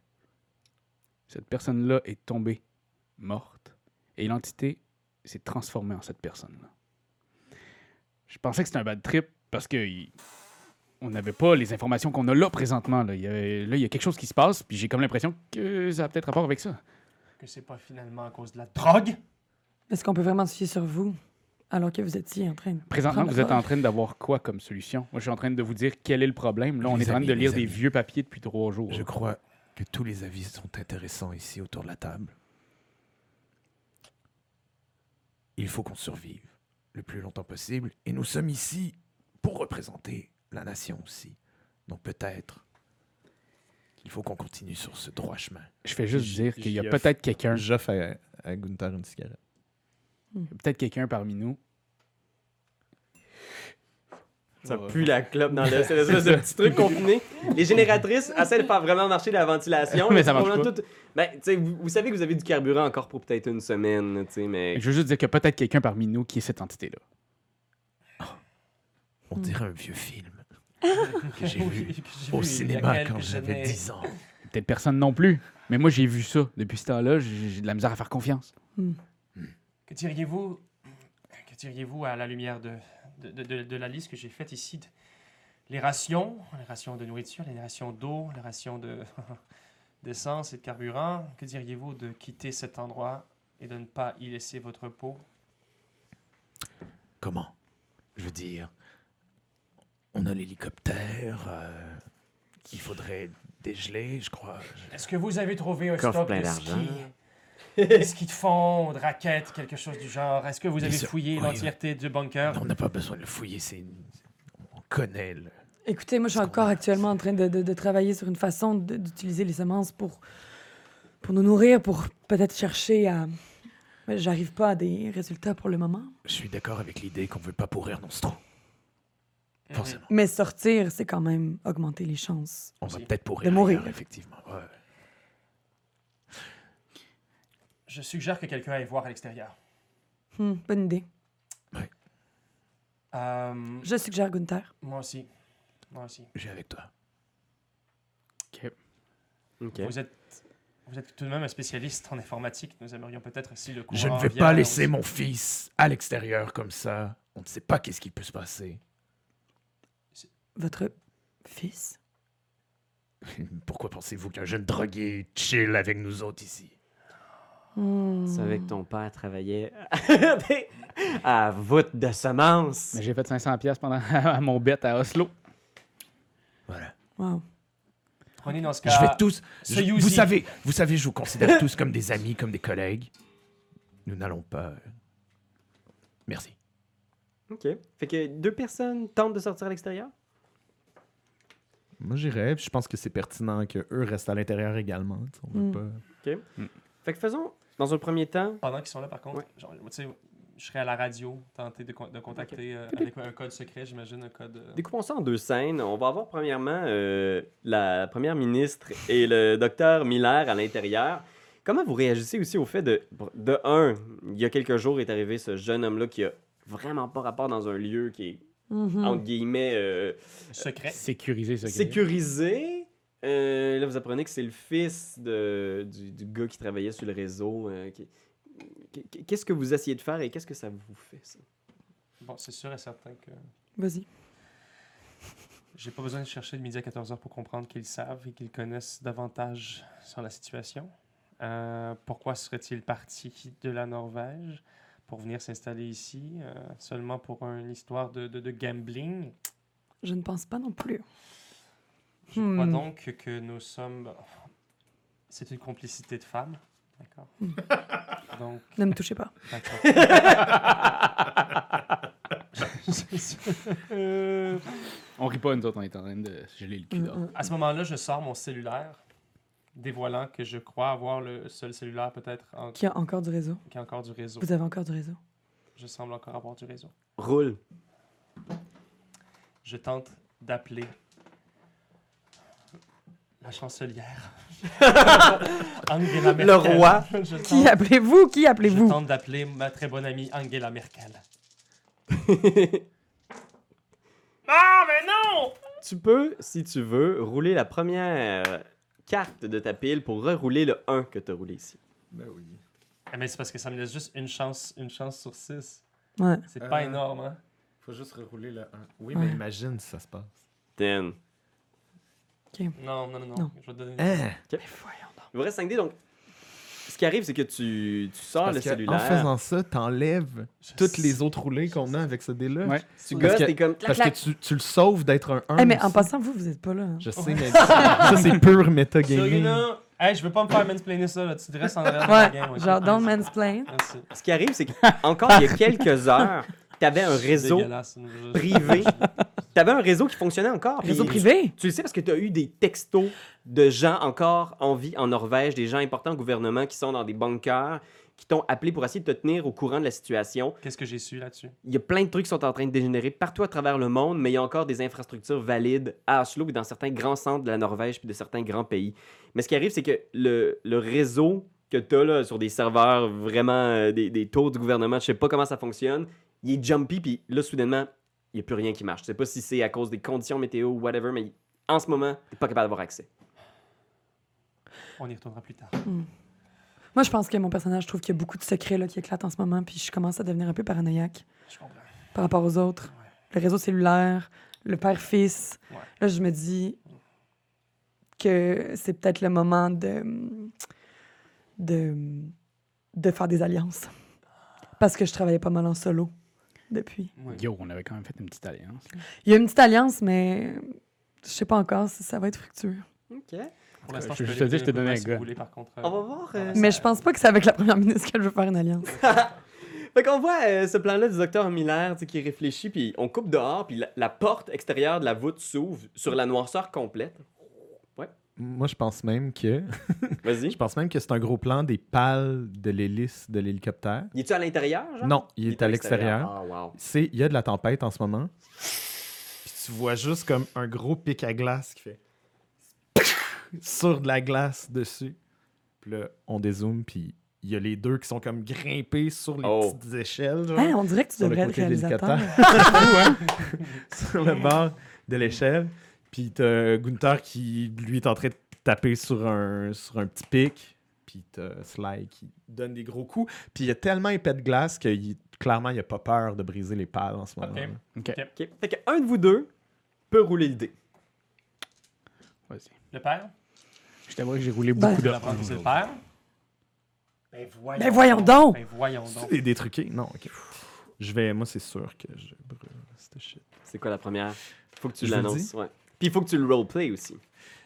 Speaker 5: Cette personne-là est tombée morte. Et l'entité s'est transformée en cette personne-là. Je pensais que c'était un bad trip parce que il- on n'avait pas les informations qu'on a là présentement. Là, il y a, là, il y a quelque chose qui se passe, puis j'ai comme l'impression que ça a peut-être rapport avec ça.
Speaker 2: Que c'est pas finalement à cause de la drogue
Speaker 3: Est-ce qu'on peut vraiment se fier sur vous alors que vous étiez en train de
Speaker 5: Présentement,
Speaker 3: prendre
Speaker 5: vous êtes
Speaker 3: la
Speaker 5: en train d'avoir quoi comme solution? Moi, je suis en train de vous dire quel est le problème. Là, on
Speaker 6: Les
Speaker 5: est en train de
Speaker 6: amis,
Speaker 5: lire
Speaker 6: les
Speaker 5: des
Speaker 6: amis.
Speaker 5: vieux papiers depuis trois jours.
Speaker 6: Je crois que tous les avis sont intéressants ici autour de la table. Il faut qu'on survive le plus longtemps possible et nous sommes ici pour représenter la nation aussi. Donc peut-être il faut qu'on continue sur ce droit chemin.
Speaker 5: Je fais juste
Speaker 4: J-
Speaker 5: dire qu'il y a
Speaker 4: JF.
Speaker 5: peut-être quelqu'un,
Speaker 4: J'offre à, à Gunther une cigarette.
Speaker 5: peut-être quelqu'un parmi nous.
Speaker 1: Ça
Speaker 5: Ouais.
Speaker 1: pue la clope dans le, c'est l'espèce de petit truc confiné. Les génératrices essaient de faire vraiment marcher la ventilation.
Speaker 5: Mais
Speaker 1: là,
Speaker 5: ça
Speaker 1: c'est
Speaker 5: marche
Speaker 1: probablement tout- Ben, tu sais, vous, vous savez que vous avez du carburant encore pour peut-être une semaine, là, tu sais, mais...
Speaker 5: Je veux juste dire qu'il y a peut-être quelqu'un parmi nous qui est cette entité-là.
Speaker 6: On
Speaker 3: Hmm.
Speaker 6: dirait un vieux film que j'ai
Speaker 2: Oui,
Speaker 6: vu
Speaker 2: que j'ai
Speaker 6: au
Speaker 2: vu il y a
Speaker 6: cinéma
Speaker 2: quelques
Speaker 6: quand j'avais
Speaker 2: années.
Speaker 6: 10 ans.
Speaker 5: Peut-être personne non plus. Mais moi, j'ai vu ça. Depuis ce temps-là, j'ai j'ai de la misère à faire confiance.
Speaker 2: Que diriez-vous que diriez-vous à la lumière de, de, de- de- de la liste que j'ai faite ici de- Les rations, les rations de nourriture, les rations d'eau, les rations de d'essence et de carburant. Que diriez-vous de quitter cet endroit et de ne pas y laisser votre peau
Speaker 6: Comment Je veux dire, on a l'hélicoptère, euh, il faudrait dégeler, je crois.
Speaker 2: Est-ce que vous avez trouvé un
Speaker 1: Coffre
Speaker 2: stock
Speaker 1: plein
Speaker 2: de
Speaker 1: d'argent.
Speaker 2: ski des skis de fond, de raquettes, quelque chose du genre Est-ce que vous
Speaker 6: Bien
Speaker 2: avez
Speaker 6: sûr,
Speaker 2: fouillé
Speaker 6: oui,
Speaker 2: l'entièreté du bunker
Speaker 6: On n'a pas besoin de le fouiller, c'est... On connaît le...
Speaker 3: Écoutez, moi, je suis
Speaker 6: Parce qu'on
Speaker 3: encore
Speaker 6: a-
Speaker 3: actuellement en train de, de- de travailler sur une façon de- d'utiliser les semences pour, pour nous nourrir, pour peut-être chercher à. Mais J'arrive pas à des résultats pour le moment.
Speaker 6: Je suis d'accord avec l'idée qu'on ne veut pas pourrir non trou.
Speaker 2: Mhm.
Speaker 6: Forcément.
Speaker 3: Mais sortir, c'est quand même augmenter les chances.
Speaker 6: On va
Speaker 2: Aussi.
Speaker 6: peut-être pourrir
Speaker 3: De mourir.
Speaker 6: ailleurs, effectivement. Ouais.
Speaker 2: Je suggère que quelqu'un aille voir à l'extérieur.
Speaker 3: Hmm, bonne idée.
Speaker 2: Euh,
Speaker 3: Je suggère Gunther.
Speaker 2: Moi aussi. Moi aussi.
Speaker 6: Je suis avec toi.
Speaker 1: Ok.
Speaker 2: Vous êtes, vous êtes tout de même un spécialiste en informatique. Nous aimerions peut-être aussi le courant
Speaker 6: Je ne vais
Speaker 2: via-
Speaker 6: pas laisser mon fils à l'extérieur comme ça. On ne sait pas qu'est-ce qui peut se passer.
Speaker 3: Votre fils
Speaker 6: Pourquoi pensez-vous qu'un jeune drogué chill avec nous autres ici
Speaker 3: Hmm.
Speaker 1: Tu savais que ton père travaillait à à voûte de semences.
Speaker 5: Mais j'ai fait 500$ piastres pendant à mon bête à Oslo.
Speaker 6: Voilà.
Speaker 3: Wow.
Speaker 2: Prenez dans ce cas.
Speaker 6: Je vais tous.
Speaker 2: ce
Speaker 6: je- vous
Speaker 2: Yuzi.
Speaker 6: savez, vous savez, je vous considère tous comme des amis, comme des collègues. Nous n'allons pas. euh, Merci.
Speaker 1: Ok. Fait que deux personnes tentent de sortir à l'extérieur?
Speaker 4: Moi, j'irais, puis je pense que c'est pertinent que eux restent à l'intérieur également. tu sais, On veut
Speaker 3: Mm.
Speaker 4: pas...
Speaker 1: Fait que faisons, dans un premier temps...
Speaker 2: Pendant qu'ils sont là, par contre,
Speaker 1: Ouais.
Speaker 2: genre, tu sais, je serai à la radio, tenter de, con- de contacter euh, avec un code secret, j'imagine, un code. euh,
Speaker 1: Découpons ça en deux scènes. On va avoir premièrement euh, la première ministre et le docteur Miller à l'intérieur. Comment vous réagissez aussi au fait de, de un, il y a quelques jours est arrivé ce jeune homme-là qui a vraiment pas rapport dans un lieu qui est,
Speaker 3: Mhm.
Speaker 1: entre guillemets, euh,
Speaker 2: secret.
Speaker 5: Sécuriser ce gars.
Speaker 1: sécurisé. Euh, là, vous apprenez que c'est le fils de, du, du gars qui travaillait sur le réseau. euh, qui- qui- Qu'est-ce que vous essayez de faire et qu'est-ce que ça vous fait, ça?
Speaker 2: Bon, c'est sûr et certain que
Speaker 3: Vas-y.
Speaker 2: j'ai pas besoin de chercher de midi à 14h pour comprendre qu'ils savent et qu'ils connaissent davantage sur la situation. Euh, pourquoi serait-il parti de la Norvège pour venir s'installer ici euh, seulement pour une histoire de- de- de gambling
Speaker 3: Je ne pense pas non plus.
Speaker 2: Je crois
Speaker 3: Hmm.
Speaker 2: donc que nous sommes. C'est une complicité de femmes, d'accord
Speaker 3: Hmm.
Speaker 2: Donc,
Speaker 3: Ne me touchez pas.
Speaker 2: d'accord. Euh,
Speaker 5: On rit pas, nous autres, on est en train de geler le cul. dehors.
Speaker 3: Mm,
Speaker 2: à ce moment-là, je sors mon cellulaire, dévoilant que je crois avoir le seul cellulaire peut-être en-
Speaker 3: Qui a encore du réseau
Speaker 2: qui a encore du réseau.
Speaker 3: Vous avez encore du réseau
Speaker 2: Je semble encore avoir du réseau.
Speaker 1: Roule.
Speaker 2: Je tente d'appeler la chancelière. Angela Merkel.
Speaker 1: Le roi.
Speaker 2: Je tente-
Speaker 3: Qui appelez-vous Qui
Speaker 2: Je
Speaker 3: appelez-vous
Speaker 2: tente d'appeler ma très bonne amie Angela Merkel. Ah, mais non!
Speaker 1: Tu peux, si tu veux, rouler la première euh, carte de ta pile pour rerouler le 1 que tu as roulé ici.
Speaker 4: Ben oui.
Speaker 2: Eh, mais c'est parce que ça me laisse juste une chance, une chance sur six.
Speaker 3: Ouais.
Speaker 2: C'est pas
Speaker 4: Euh.
Speaker 2: énorme, hein?
Speaker 4: Faut juste rerouler le 1. Oui,
Speaker 3: Ouais.
Speaker 4: mais imagine si ça se passe.
Speaker 1: Ten.
Speaker 2: Non, non, non, non.
Speaker 3: Non.
Speaker 4: Euh, Hein?
Speaker 2: Je vais te donner.
Speaker 1: Il vous reste 5 dés, donc ce ce qui arrive, c'est que tu, tu sors Ah,
Speaker 4: Parce
Speaker 1: le
Speaker 4: que
Speaker 1: cellulaire.
Speaker 4: En faisant ça, t'enlèves toutes les autres roulées qu'on a avec ce dé-là.
Speaker 5: Ouais.
Speaker 1: Tu
Speaker 3: Parce
Speaker 1: gosses,
Speaker 4: que-
Speaker 1: t'es comme. clac,
Speaker 4: Parce que
Speaker 1: clac.
Speaker 4: tu, tu le sauves d'être un 1.
Speaker 3: Eh, mais en passant, vous, vous êtes pas là. hein.
Speaker 4: Je sais, mais ça, c'est pur metagaming.
Speaker 2: Serena, Hey, je veux pas me faire mansplainer ça, là. Tu te restes en arrière de Ah, la
Speaker 3: Ouais,
Speaker 2: game. ok?
Speaker 3: genre, don't mansplain.
Speaker 2: Merci.
Speaker 1: Ce qui arrive, c'est qu'encore il y a quelques heures, t'avais un réseau.
Speaker 2: Dégueulasse. Je-
Speaker 1: privé. T'avais un réseau qui fonctionnait encore. puis
Speaker 3: Réseau privé?
Speaker 1: Tu le sais parce que tu as eu des textos de gens encore en vie en Norvège, des gens importants au gouvernement qui sont dans des bunkers, qui t'ont appelé pour essayer de te tenir au courant de la situation.
Speaker 2: Qu'est-ce que j'ai su là-dessus?
Speaker 1: Il y a plein de trucs qui sont en train de dégénérer partout à travers le monde, mais il y a encore des infrastructures valides à Oslo et dans certains grands centres de la Norvège puis de certains grands pays. Mais ce qui arrive, c'est que le, le réseau que tu as là, sur des serveurs vraiment euh, des, des taux du gouvernement, je sais pas comment ça fonctionne, il est jumpy, puis là, soudainement, il n'y a plus rien qui marche. Je sais pas si c'est à cause des conditions météo ou whatever, mais en ce moment, tu pas capable d'avoir accès.
Speaker 2: On y retournera plus tard.
Speaker 3: Moi, je pense que mon personnage trouve qu'il y a beaucoup de secrets là, qui éclatent en ce moment, puis je commence à devenir un peu paranoïaque
Speaker 2: Je comprends.
Speaker 3: par rapport aux autres. Le réseau cellulaire, le père-fils.
Speaker 2: Ouais.
Speaker 3: Là, je me dis que c'est peut-être le moment de, de, de faire des alliances. Parce que je travaillais pas mal en solo depuis.
Speaker 2: Oui.
Speaker 5: Yo, on avait quand même fait une petite alliance.
Speaker 3: Il y a une petite alliance, mais je sais pas encore si ça va être fructueux.
Speaker 1: OK.
Speaker 2: Pour l'instant,
Speaker 5: Je
Speaker 2: peux
Speaker 5: te dis,
Speaker 2: aller
Speaker 5: je te
Speaker 2: couper
Speaker 5: donnais un
Speaker 2: si
Speaker 5: gars.
Speaker 2: vous voulez, par contre,
Speaker 1: On va voir,
Speaker 2: dans la
Speaker 1: euh,
Speaker 2: salle.
Speaker 3: Mais je pense pas que c'est avec la première ministre qu'elle veut faire une alliance.
Speaker 1: Fait qu'on voit euh, ce plan-là du docteur Miller tu sais, qui réfléchit, puis on coupe dehors, puis la, la porte extérieure de la voûte s'ouvre sur la noirceur complète.
Speaker 4: Moi, je pense même que
Speaker 1: Vas-y.
Speaker 4: je pense même que c'est un gros plan des pales de l'hélice de l'hélicoptère.
Speaker 1: Il est-tu à l'intérieur, genre?
Speaker 4: Non, il, est, à l'extérieur.
Speaker 1: Ah, wow.
Speaker 4: C'est il y a de la tempête en ce moment. Puis tu vois juste comme un gros pic à glace qui fait sur de la glace dessus. Puis là, on dézoome puis il y a les deux qui sont comme grimpés sur les
Speaker 1: Oh.
Speaker 4: petites échelles genre,
Speaker 3: Hein, on dirait que tu
Speaker 4: Sur le
Speaker 3: devrais être
Speaker 4: côté de
Speaker 3: réalisateur.
Speaker 4: sur le bord de l'échelle. Puis t'as Gunther qui lui est en train de taper sur un sur un petit pic. Puis t'as Sly qui donne des gros coups. Puis il y a tellement épais de glace que il- clairement il a pas peur de briser les pales en ce moment. là.
Speaker 1: OK. Fait qu'un de vous deux peut rouler le dé.
Speaker 5: Vas-y.
Speaker 2: Le père?
Speaker 5: Je t'avoue que j'ai roulé
Speaker 3: Ben.
Speaker 5: beaucoup
Speaker 2: Je
Speaker 5: de
Speaker 2: vais apprendre que c'est le père. Ben voyons,
Speaker 3: Ben voyons donc!
Speaker 2: Ben voyons
Speaker 4: C'est
Speaker 2: donc.
Speaker 4: des détruqués? Non, ok. Je vais. Moi, c'est sûr que je brûle cette shit.
Speaker 1: C'est quoi la première? Faut que tu
Speaker 4: Je vous le
Speaker 1: l'annonces.
Speaker 4: dis?
Speaker 1: Ouais. Puis il faut que tu le roleplay aussi.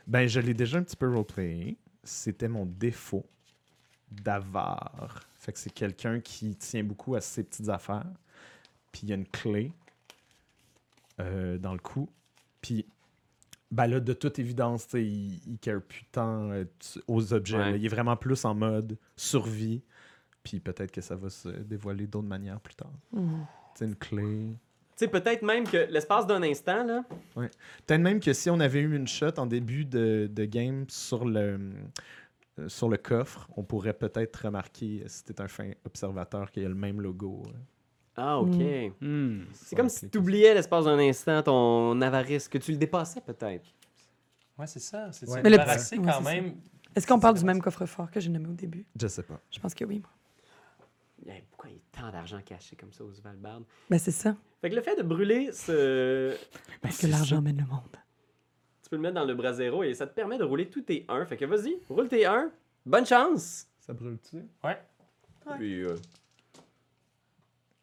Speaker 4: Ben, je l'ai déjà un petit peu roleplayé. C'était mon défaut d'avare. Fait que c'est quelqu'un qui tient beaucoup à ses petites affaires. Puis il y a une clé euh, dans le cou. Puis, ben là, de toute évidence, tu sais, il, il care plus tant euh, tu- aux objets.
Speaker 1: Ouais.
Speaker 4: là. Il est vraiment plus en mode survie. Puis peut-être que ça va se dévoiler d'autres manières plus tard.
Speaker 3: Hmm.
Speaker 4: Tu sais, une clé.
Speaker 1: Tu sais, peut-être même que l'espace d'un instant, là,
Speaker 4: Peut-être même que si on avait eu une shot en début de, de game sur le, euh, sur le coffre, on pourrait peut-être remarquer, euh, si t'es un fin observateur, qu'il y a le même logo. euh,
Speaker 1: Ah, OK.
Speaker 3: Mm.
Speaker 5: Hmm.
Speaker 1: C'est
Speaker 4: sur
Speaker 1: comme
Speaker 4: la
Speaker 1: si
Speaker 4: clé.
Speaker 1: tu oubliais l'espace d'un instant ton avarice, que tu le dépassais peut-être.
Speaker 2: Ouais, c'est ça. C'est
Speaker 4: Ouais.
Speaker 2: ça.
Speaker 4: Mais
Speaker 3: le
Speaker 2: Débarrasser
Speaker 3: petit-
Speaker 2: quand
Speaker 3: ouais, c'est
Speaker 2: même.
Speaker 3: Est-ce qu'on
Speaker 2: C'est
Speaker 3: parle
Speaker 2: ça,
Speaker 3: du
Speaker 2: la
Speaker 3: même coffre-fort que j'ai nommé au début?
Speaker 4: Je sais pas.
Speaker 3: Je pense que oui. moi.
Speaker 1: Hey, Eh, pourquoi il y a tant d'argent caché comme ça aux Svalbard?
Speaker 3: Ben, c'est ça.
Speaker 1: Fait que le fait de brûler ce,
Speaker 3: Parce que l'argent mène le monde.
Speaker 1: Tu peux le mettre dans le brasero et ça te permet de rouler tous tes 1. Fait que vas-y, roule tes 1. Bonne chance!
Speaker 4: Ça brûle-tu?
Speaker 2: Ouais.
Speaker 1: Puis, euh,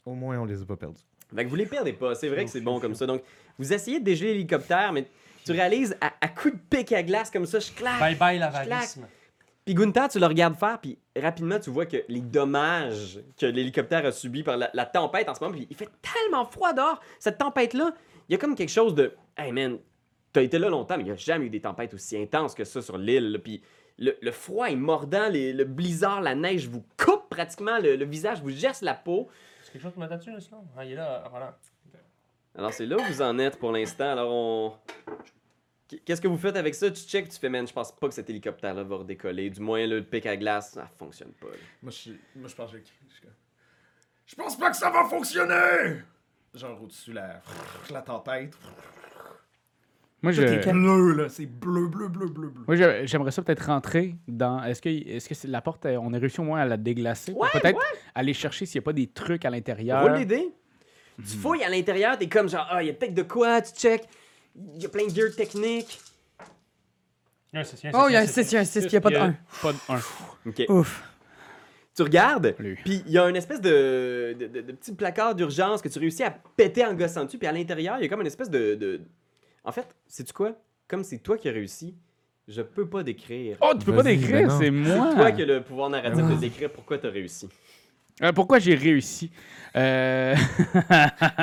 Speaker 4: Au moins, on les a pas perdus.
Speaker 1: Fait que vous les perdez pas. C'est vrai que c'est bon comme ça. Donc, vous essayez de dégeler l'hélicoptère, mais tu réalises à, à coups de pic à glace comme ça, je claque.
Speaker 2: Bye bye l'avarisme.
Speaker 1: Puis Gunther, tu le regardes faire, puis rapidement, tu vois que les dommages que l'hélicoptère a subis par la, la tempête en ce moment, puis il fait tellement froid dehors, cette tempête-là, il y a comme quelque chose de « Hey man, t'as été là longtemps, mais il n'y a jamais eu des tempêtes aussi intenses que ça sur l'île. là. » Puis le, le froid est mordant, les- le blizzard, la neige vous coupe pratiquement le, le visage, vous gerce la peau.
Speaker 2: C'est quelque chose qui m'a là-dessus, là, sinon? Ah, il est là, ah, voilà.
Speaker 1: Alors c'est là où vous en êtes pour l'instant, alors on... Qu'est-ce que vous faites avec ça? Tu check, tu fais, man, je pense pas que cet hélicoptère-là va redécoller. Du moins, là, le pic à glace, ça fonctionne pas. là.
Speaker 6: Moi, je, moi, je pense que je, je pense pas que ça va fonctionner! Genre au-dessus, la, la tempête.
Speaker 5: Moi,
Speaker 6: Tout est
Speaker 5: je...
Speaker 6: bleu, là. C'est bleu, bleu, bleu, bleu, bleu.
Speaker 5: Moi, je- j'aimerais ça peut-être rentrer dans. Est-ce que, est-ce que c'est- la porte, euh, on a réussi au moins à la déglacer? pour
Speaker 1: Ouais,
Speaker 5: peut-être aller chercher s'il n'y a pas des trucs à l'intérieur.
Speaker 1: Roule les dés. Tu fouilles à l'intérieur, t'es comme genre, ah, il y a peut-être de quoi, tu check. Il y a plein de gear technique.
Speaker 2: Il y a un six,
Speaker 3: Oh, il y a un 6, il y a un 6, puis il n'y a pas de 1.
Speaker 5: Pas de un.
Speaker 1: Ok.
Speaker 3: Ouf.
Speaker 1: Tu regardes,
Speaker 5: Lui.
Speaker 1: puis il y a une espèce de, de, de- de petit placard d'urgence que tu réussis à péter en gossant dessus, puis à l'intérieur, il y a comme une espèce de. de- En fait, sais-tu quoi? Comme c'est toi qui as réussi, je peux pas décrire.
Speaker 5: Oh, tu peux pas
Speaker 4: Vas-y, ben
Speaker 5: décrire,
Speaker 4: non.
Speaker 5: c'est
Speaker 1: c'est
Speaker 5: moi.
Speaker 1: toi qui as le pouvoir narratif
Speaker 4: Ah.
Speaker 1: de décrire pourquoi t'as réussi.
Speaker 5: Euh, pourquoi j'ai réussi Euh,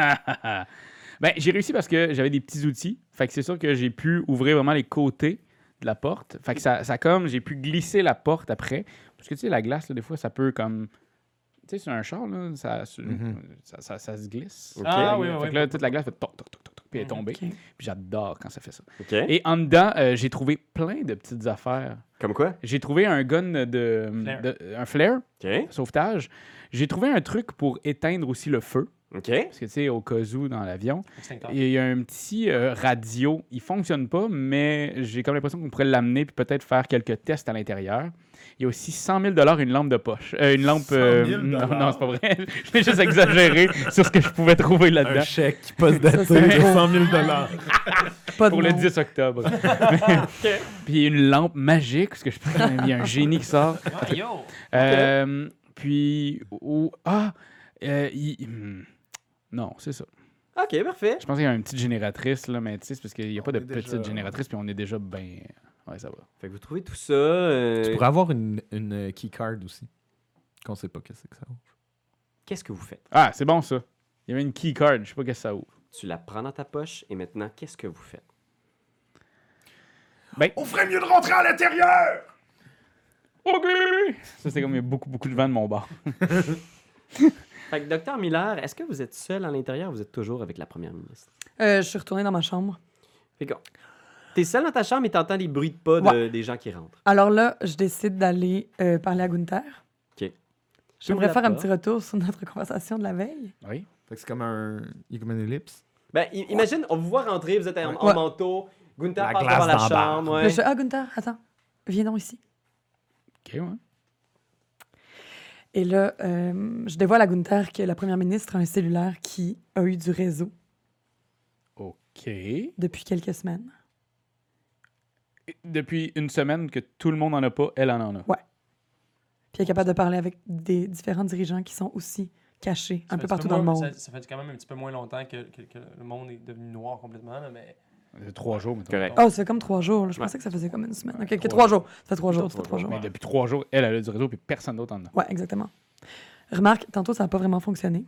Speaker 5: ben, J'ai réussi parce que j'avais des petits outils. Fait que c'est sûr que j'ai pu ouvrir vraiment les côtés de la porte. Fait que ça, ça comme, j'ai pu glisser la porte après. Parce que tu sais, la glace, là, des fois, ça peut comme. Tu sais, sur un char, là, ça, sur-
Speaker 4: Mhm.
Speaker 5: ça, ça- ça se glisse.
Speaker 1: Ok.
Speaker 2: Ah oui, oui,
Speaker 5: Fait
Speaker 2: oui.
Speaker 5: que là, toute la glace fait toc, toc, toc, toc, toc, puis elle est
Speaker 2: Mhm.
Speaker 5: tombée.
Speaker 3: Ok.
Speaker 5: Puis j'adore quand ça fait ça.
Speaker 1: OK?
Speaker 2: Eh.
Speaker 5: Et en dedans, euh, j'ai trouvé plein de petites affaires.
Speaker 1: Comme quoi?
Speaker 5: J'ai trouvé un gun de.
Speaker 2: Flare.
Speaker 5: de- un flare
Speaker 1: OK?
Speaker 5: sauvetage. J'ai trouvé un truc pour éteindre aussi le feu,
Speaker 1: OK?
Speaker 5: parce que tu sais, au cas où dans l'avion.
Speaker 2: Extincteur.
Speaker 5: Et Il y a un petit euh, radio, il fonctionne pas, mais j'ai comme l'impression qu'on pourrait l'amener puis peut-être faire quelques tests à l'intérieur. Il y a aussi 100 000 une lampe de poche. Euh, une lampe.
Speaker 4: 100 000
Speaker 5: non, non, c'est pas vrai. Je vais juste exagérer sur ce que je pouvais trouver
Speaker 4: Un
Speaker 5: là-dedans
Speaker 4: chèque qui passe daté de 100 000
Speaker 3: Pas de
Speaker 5: pour le
Speaker 3: nom.
Speaker 5: 10 octobre. puis une lampe magique, parce que je pense qu'il y a un génie qui sort.
Speaker 2: Ah, yo!
Speaker 5: Euh, puis. ou- ah! euh, il- hmm. non, c'est ça.
Speaker 1: OK, parfait.
Speaker 5: Je pense qu'il y a une petite génératrice, là, mais tu sais, c'est parce qu'il n'y a
Speaker 4: On
Speaker 5: pas de
Speaker 4: est déjà-
Speaker 5: petite génératrice, puis on est déjà bien. Ouais, ça va.
Speaker 1: Fait que vous trouvez tout ça. euh,
Speaker 4: Tu pourrais avoir une, une keycard aussi. Qu'on sait pas qu'est-ce que ça vaut.
Speaker 1: Qu'est-ce que vous faites?
Speaker 5: Ah, c'est bon ça. Il y avait une keycard, je sais pas qu'est-ce que ça ouvre.
Speaker 1: Tu la prends dans ta poche et maintenant, qu'est-ce que vous faites?
Speaker 5: Ben,
Speaker 6: On ferait mieux de rentrer à l'intérieur!
Speaker 5: Ok! Ça, c'est comme il y a beaucoup, beaucoup de vent de mon bar.
Speaker 1: Fait que, docteur Miller, est-ce que vous êtes seul à l'intérieur ou vous êtes toujours avec la première ministre?
Speaker 3: Euh, je suis retournée dans ma chambre.
Speaker 1: Fait que, t'es seul dans ta chambre et t'entends des bruits de pas de- des gens qui rentrent.
Speaker 3: Alors là, je décide d'aller euh, parler à Gunther.
Speaker 1: OK.
Speaker 3: J'aimerais
Speaker 1: la
Speaker 3: faire un
Speaker 1: porte.
Speaker 3: petit retour sur notre conversation de la veille.
Speaker 5: Oui.
Speaker 4: Fait que c'est comme un. Il y a comme une ellipse.
Speaker 1: Ben, i- imagine, on vous voit rentrer, vous êtes en, en
Speaker 3: Ouais.
Speaker 1: manteau, Gunther
Speaker 4: La
Speaker 1: passe
Speaker 4: glace
Speaker 1: devant la
Speaker 4: dans la barre.
Speaker 1: chambre,
Speaker 3: Là,
Speaker 1: ouais.
Speaker 3: je fais, ah, Gunther, attends, viens donc ici.
Speaker 5: Ok, ouais.
Speaker 3: Et là, euh, je dévoile à Gunther que la première ministre a un cellulaire qui a eu du réseau
Speaker 5: Ok.
Speaker 3: depuis quelques semaines.
Speaker 5: Et Depuis une semaine que tout le monde en a pas, elle en en a.
Speaker 3: Puis elle est capable de parler avec des différents dirigeants qui sont aussi cachés
Speaker 2: Ça
Speaker 3: un
Speaker 2: fait
Speaker 3: peu
Speaker 2: petit
Speaker 3: partout dans le
Speaker 2: moins-
Speaker 3: monde.
Speaker 2: Ça, ça fait quand même un petit peu moins longtemps que, que- que le monde est devenu noir complètement, là, mais
Speaker 5: Euh, Trois jours, mettons.
Speaker 1: Correct.
Speaker 3: Oh, ça fait comme trois jours. là. Je
Speaker 1: Ouais.
Speaker 3: pensais que ça faisait comme une semaine.
Speaker 5: Ouais,
Speaker 3: OK, OK,
Speaker 5: trois
Speaker 3: trois jours. Ça fait trois jours, ça fait
Speaker 1: Trois
Speaker 3: trois
Speaker 1: jours.
Speaker 3: jours.
Speaker 5: Mais depuis trois jours, elle, elle a du réseau, puis personne d'autre en a.
Speaker 3: Ouais, exactement. Remarque, tantôt, ça n'a pas vraiment fonctionné.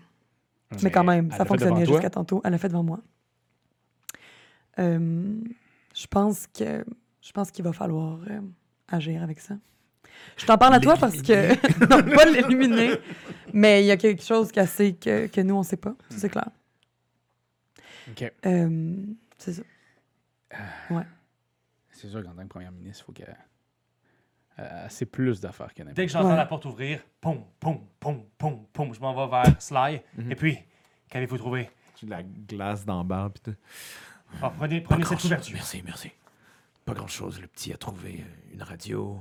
Speaker 3: Mais quand même,
Speaker 5: elle
Speaker 3: ça
Speaker 5: l'a fait devant
Speaker 3: fonctionnait
Speaker 5: toi.
Speaker 3: jusqu'à tantôt. Elle l'a fait devant moi. Euh, je pense que je pense qu'il va falloir euh, agir avec ça. Je t'en parle à toi parce que non pas l'éliminer, mais il y a quelque chose qu'elle sait que, que nous on sait pas, ça, c'est clair.
Speaker 5: Ok.
Speaker 3: Euh, c'est ça.
Speaker 5: C'est sûr qu'en tant que première ministre, il faut qu'elle. euh, elle sait plus d'affaires qu'elle
Speaker 2: dès
Speaker 5: n'importe
Speaker 2: que j'entends
Speaker 3: Ouais.
Speaker 2: la porte ouvrir, pom, pom, pom, pom, pom, je m'en vais vers Sly.
Speaker 4: Mhm.
Speaker 2: Et puis, qu'avez-vous trouvé?
Speaker 4: J'ai de la glace dans le bar. Pis tout.
Speaker 2: Ah, prenez prenez cette couverture.
Speaker 6: Merci, merci. Pas grand chose. Le petit a trouvé euh, une radio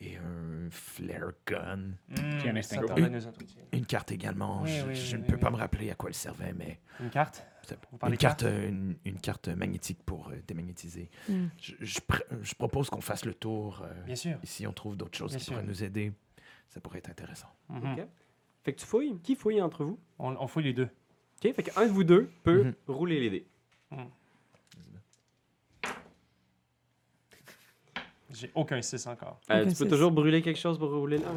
Speaker 6: et un flare gun.
Speaker 5: J'ai un
Speaker 2: Mmh, ça
Speaker 5: extincteur.
Speaker 2: permet de nous autres, tiens.
Speaker 6: Une carte également.
Speaker 2: Oui,
Speaker 6: je
Speaker 2: oui,
Speaker 6: je
Speaker 2: oui,
Speaker 6: ne
Speaker 2: oui,
Speaker 6: peux
Speaker 2: oui.
Speaker 6: pas me rappeler à quoi elle servait, mais.
Speaker 2: Une carte? Vous parlez
Speaker 6: Une carte,
Speaker 2: carte?
Speaker 6: euh, une, une carte magnétique pour euh, démagnétiser.
Speaker 3: Mm.
Speaker 6: Je, je pr- je propose qu'on fasse le tour. euh,
Speaker 2: Bien sûr.
Speaker 6: et si on trouve d'autres choses
Speaker 2: Bien
Speaker 6: qui
Speaker 2: sûr.
Speaker 6: pourraient nous aider, ça pourrait être intéressant.
Speaker 2: Mhm.
Speaker 1: Ok. Fait que tu fouilles. Qui fouille entre vous?
Speaker 2: On, on fouille les deux.
Speaker 1: OK, fait qu'un de vous deux peut
Speaker 4: Mhm.
Speaker 1: rouler les dés.
Speaker 2: J'ai aucun 6 encore.
Speaker 1: Euh,
Speaker 3: Ok,
Speaker 1: tu peux
Speaker 3: six.
Speaker 1: toujours brûler quelque chose pour rouler là.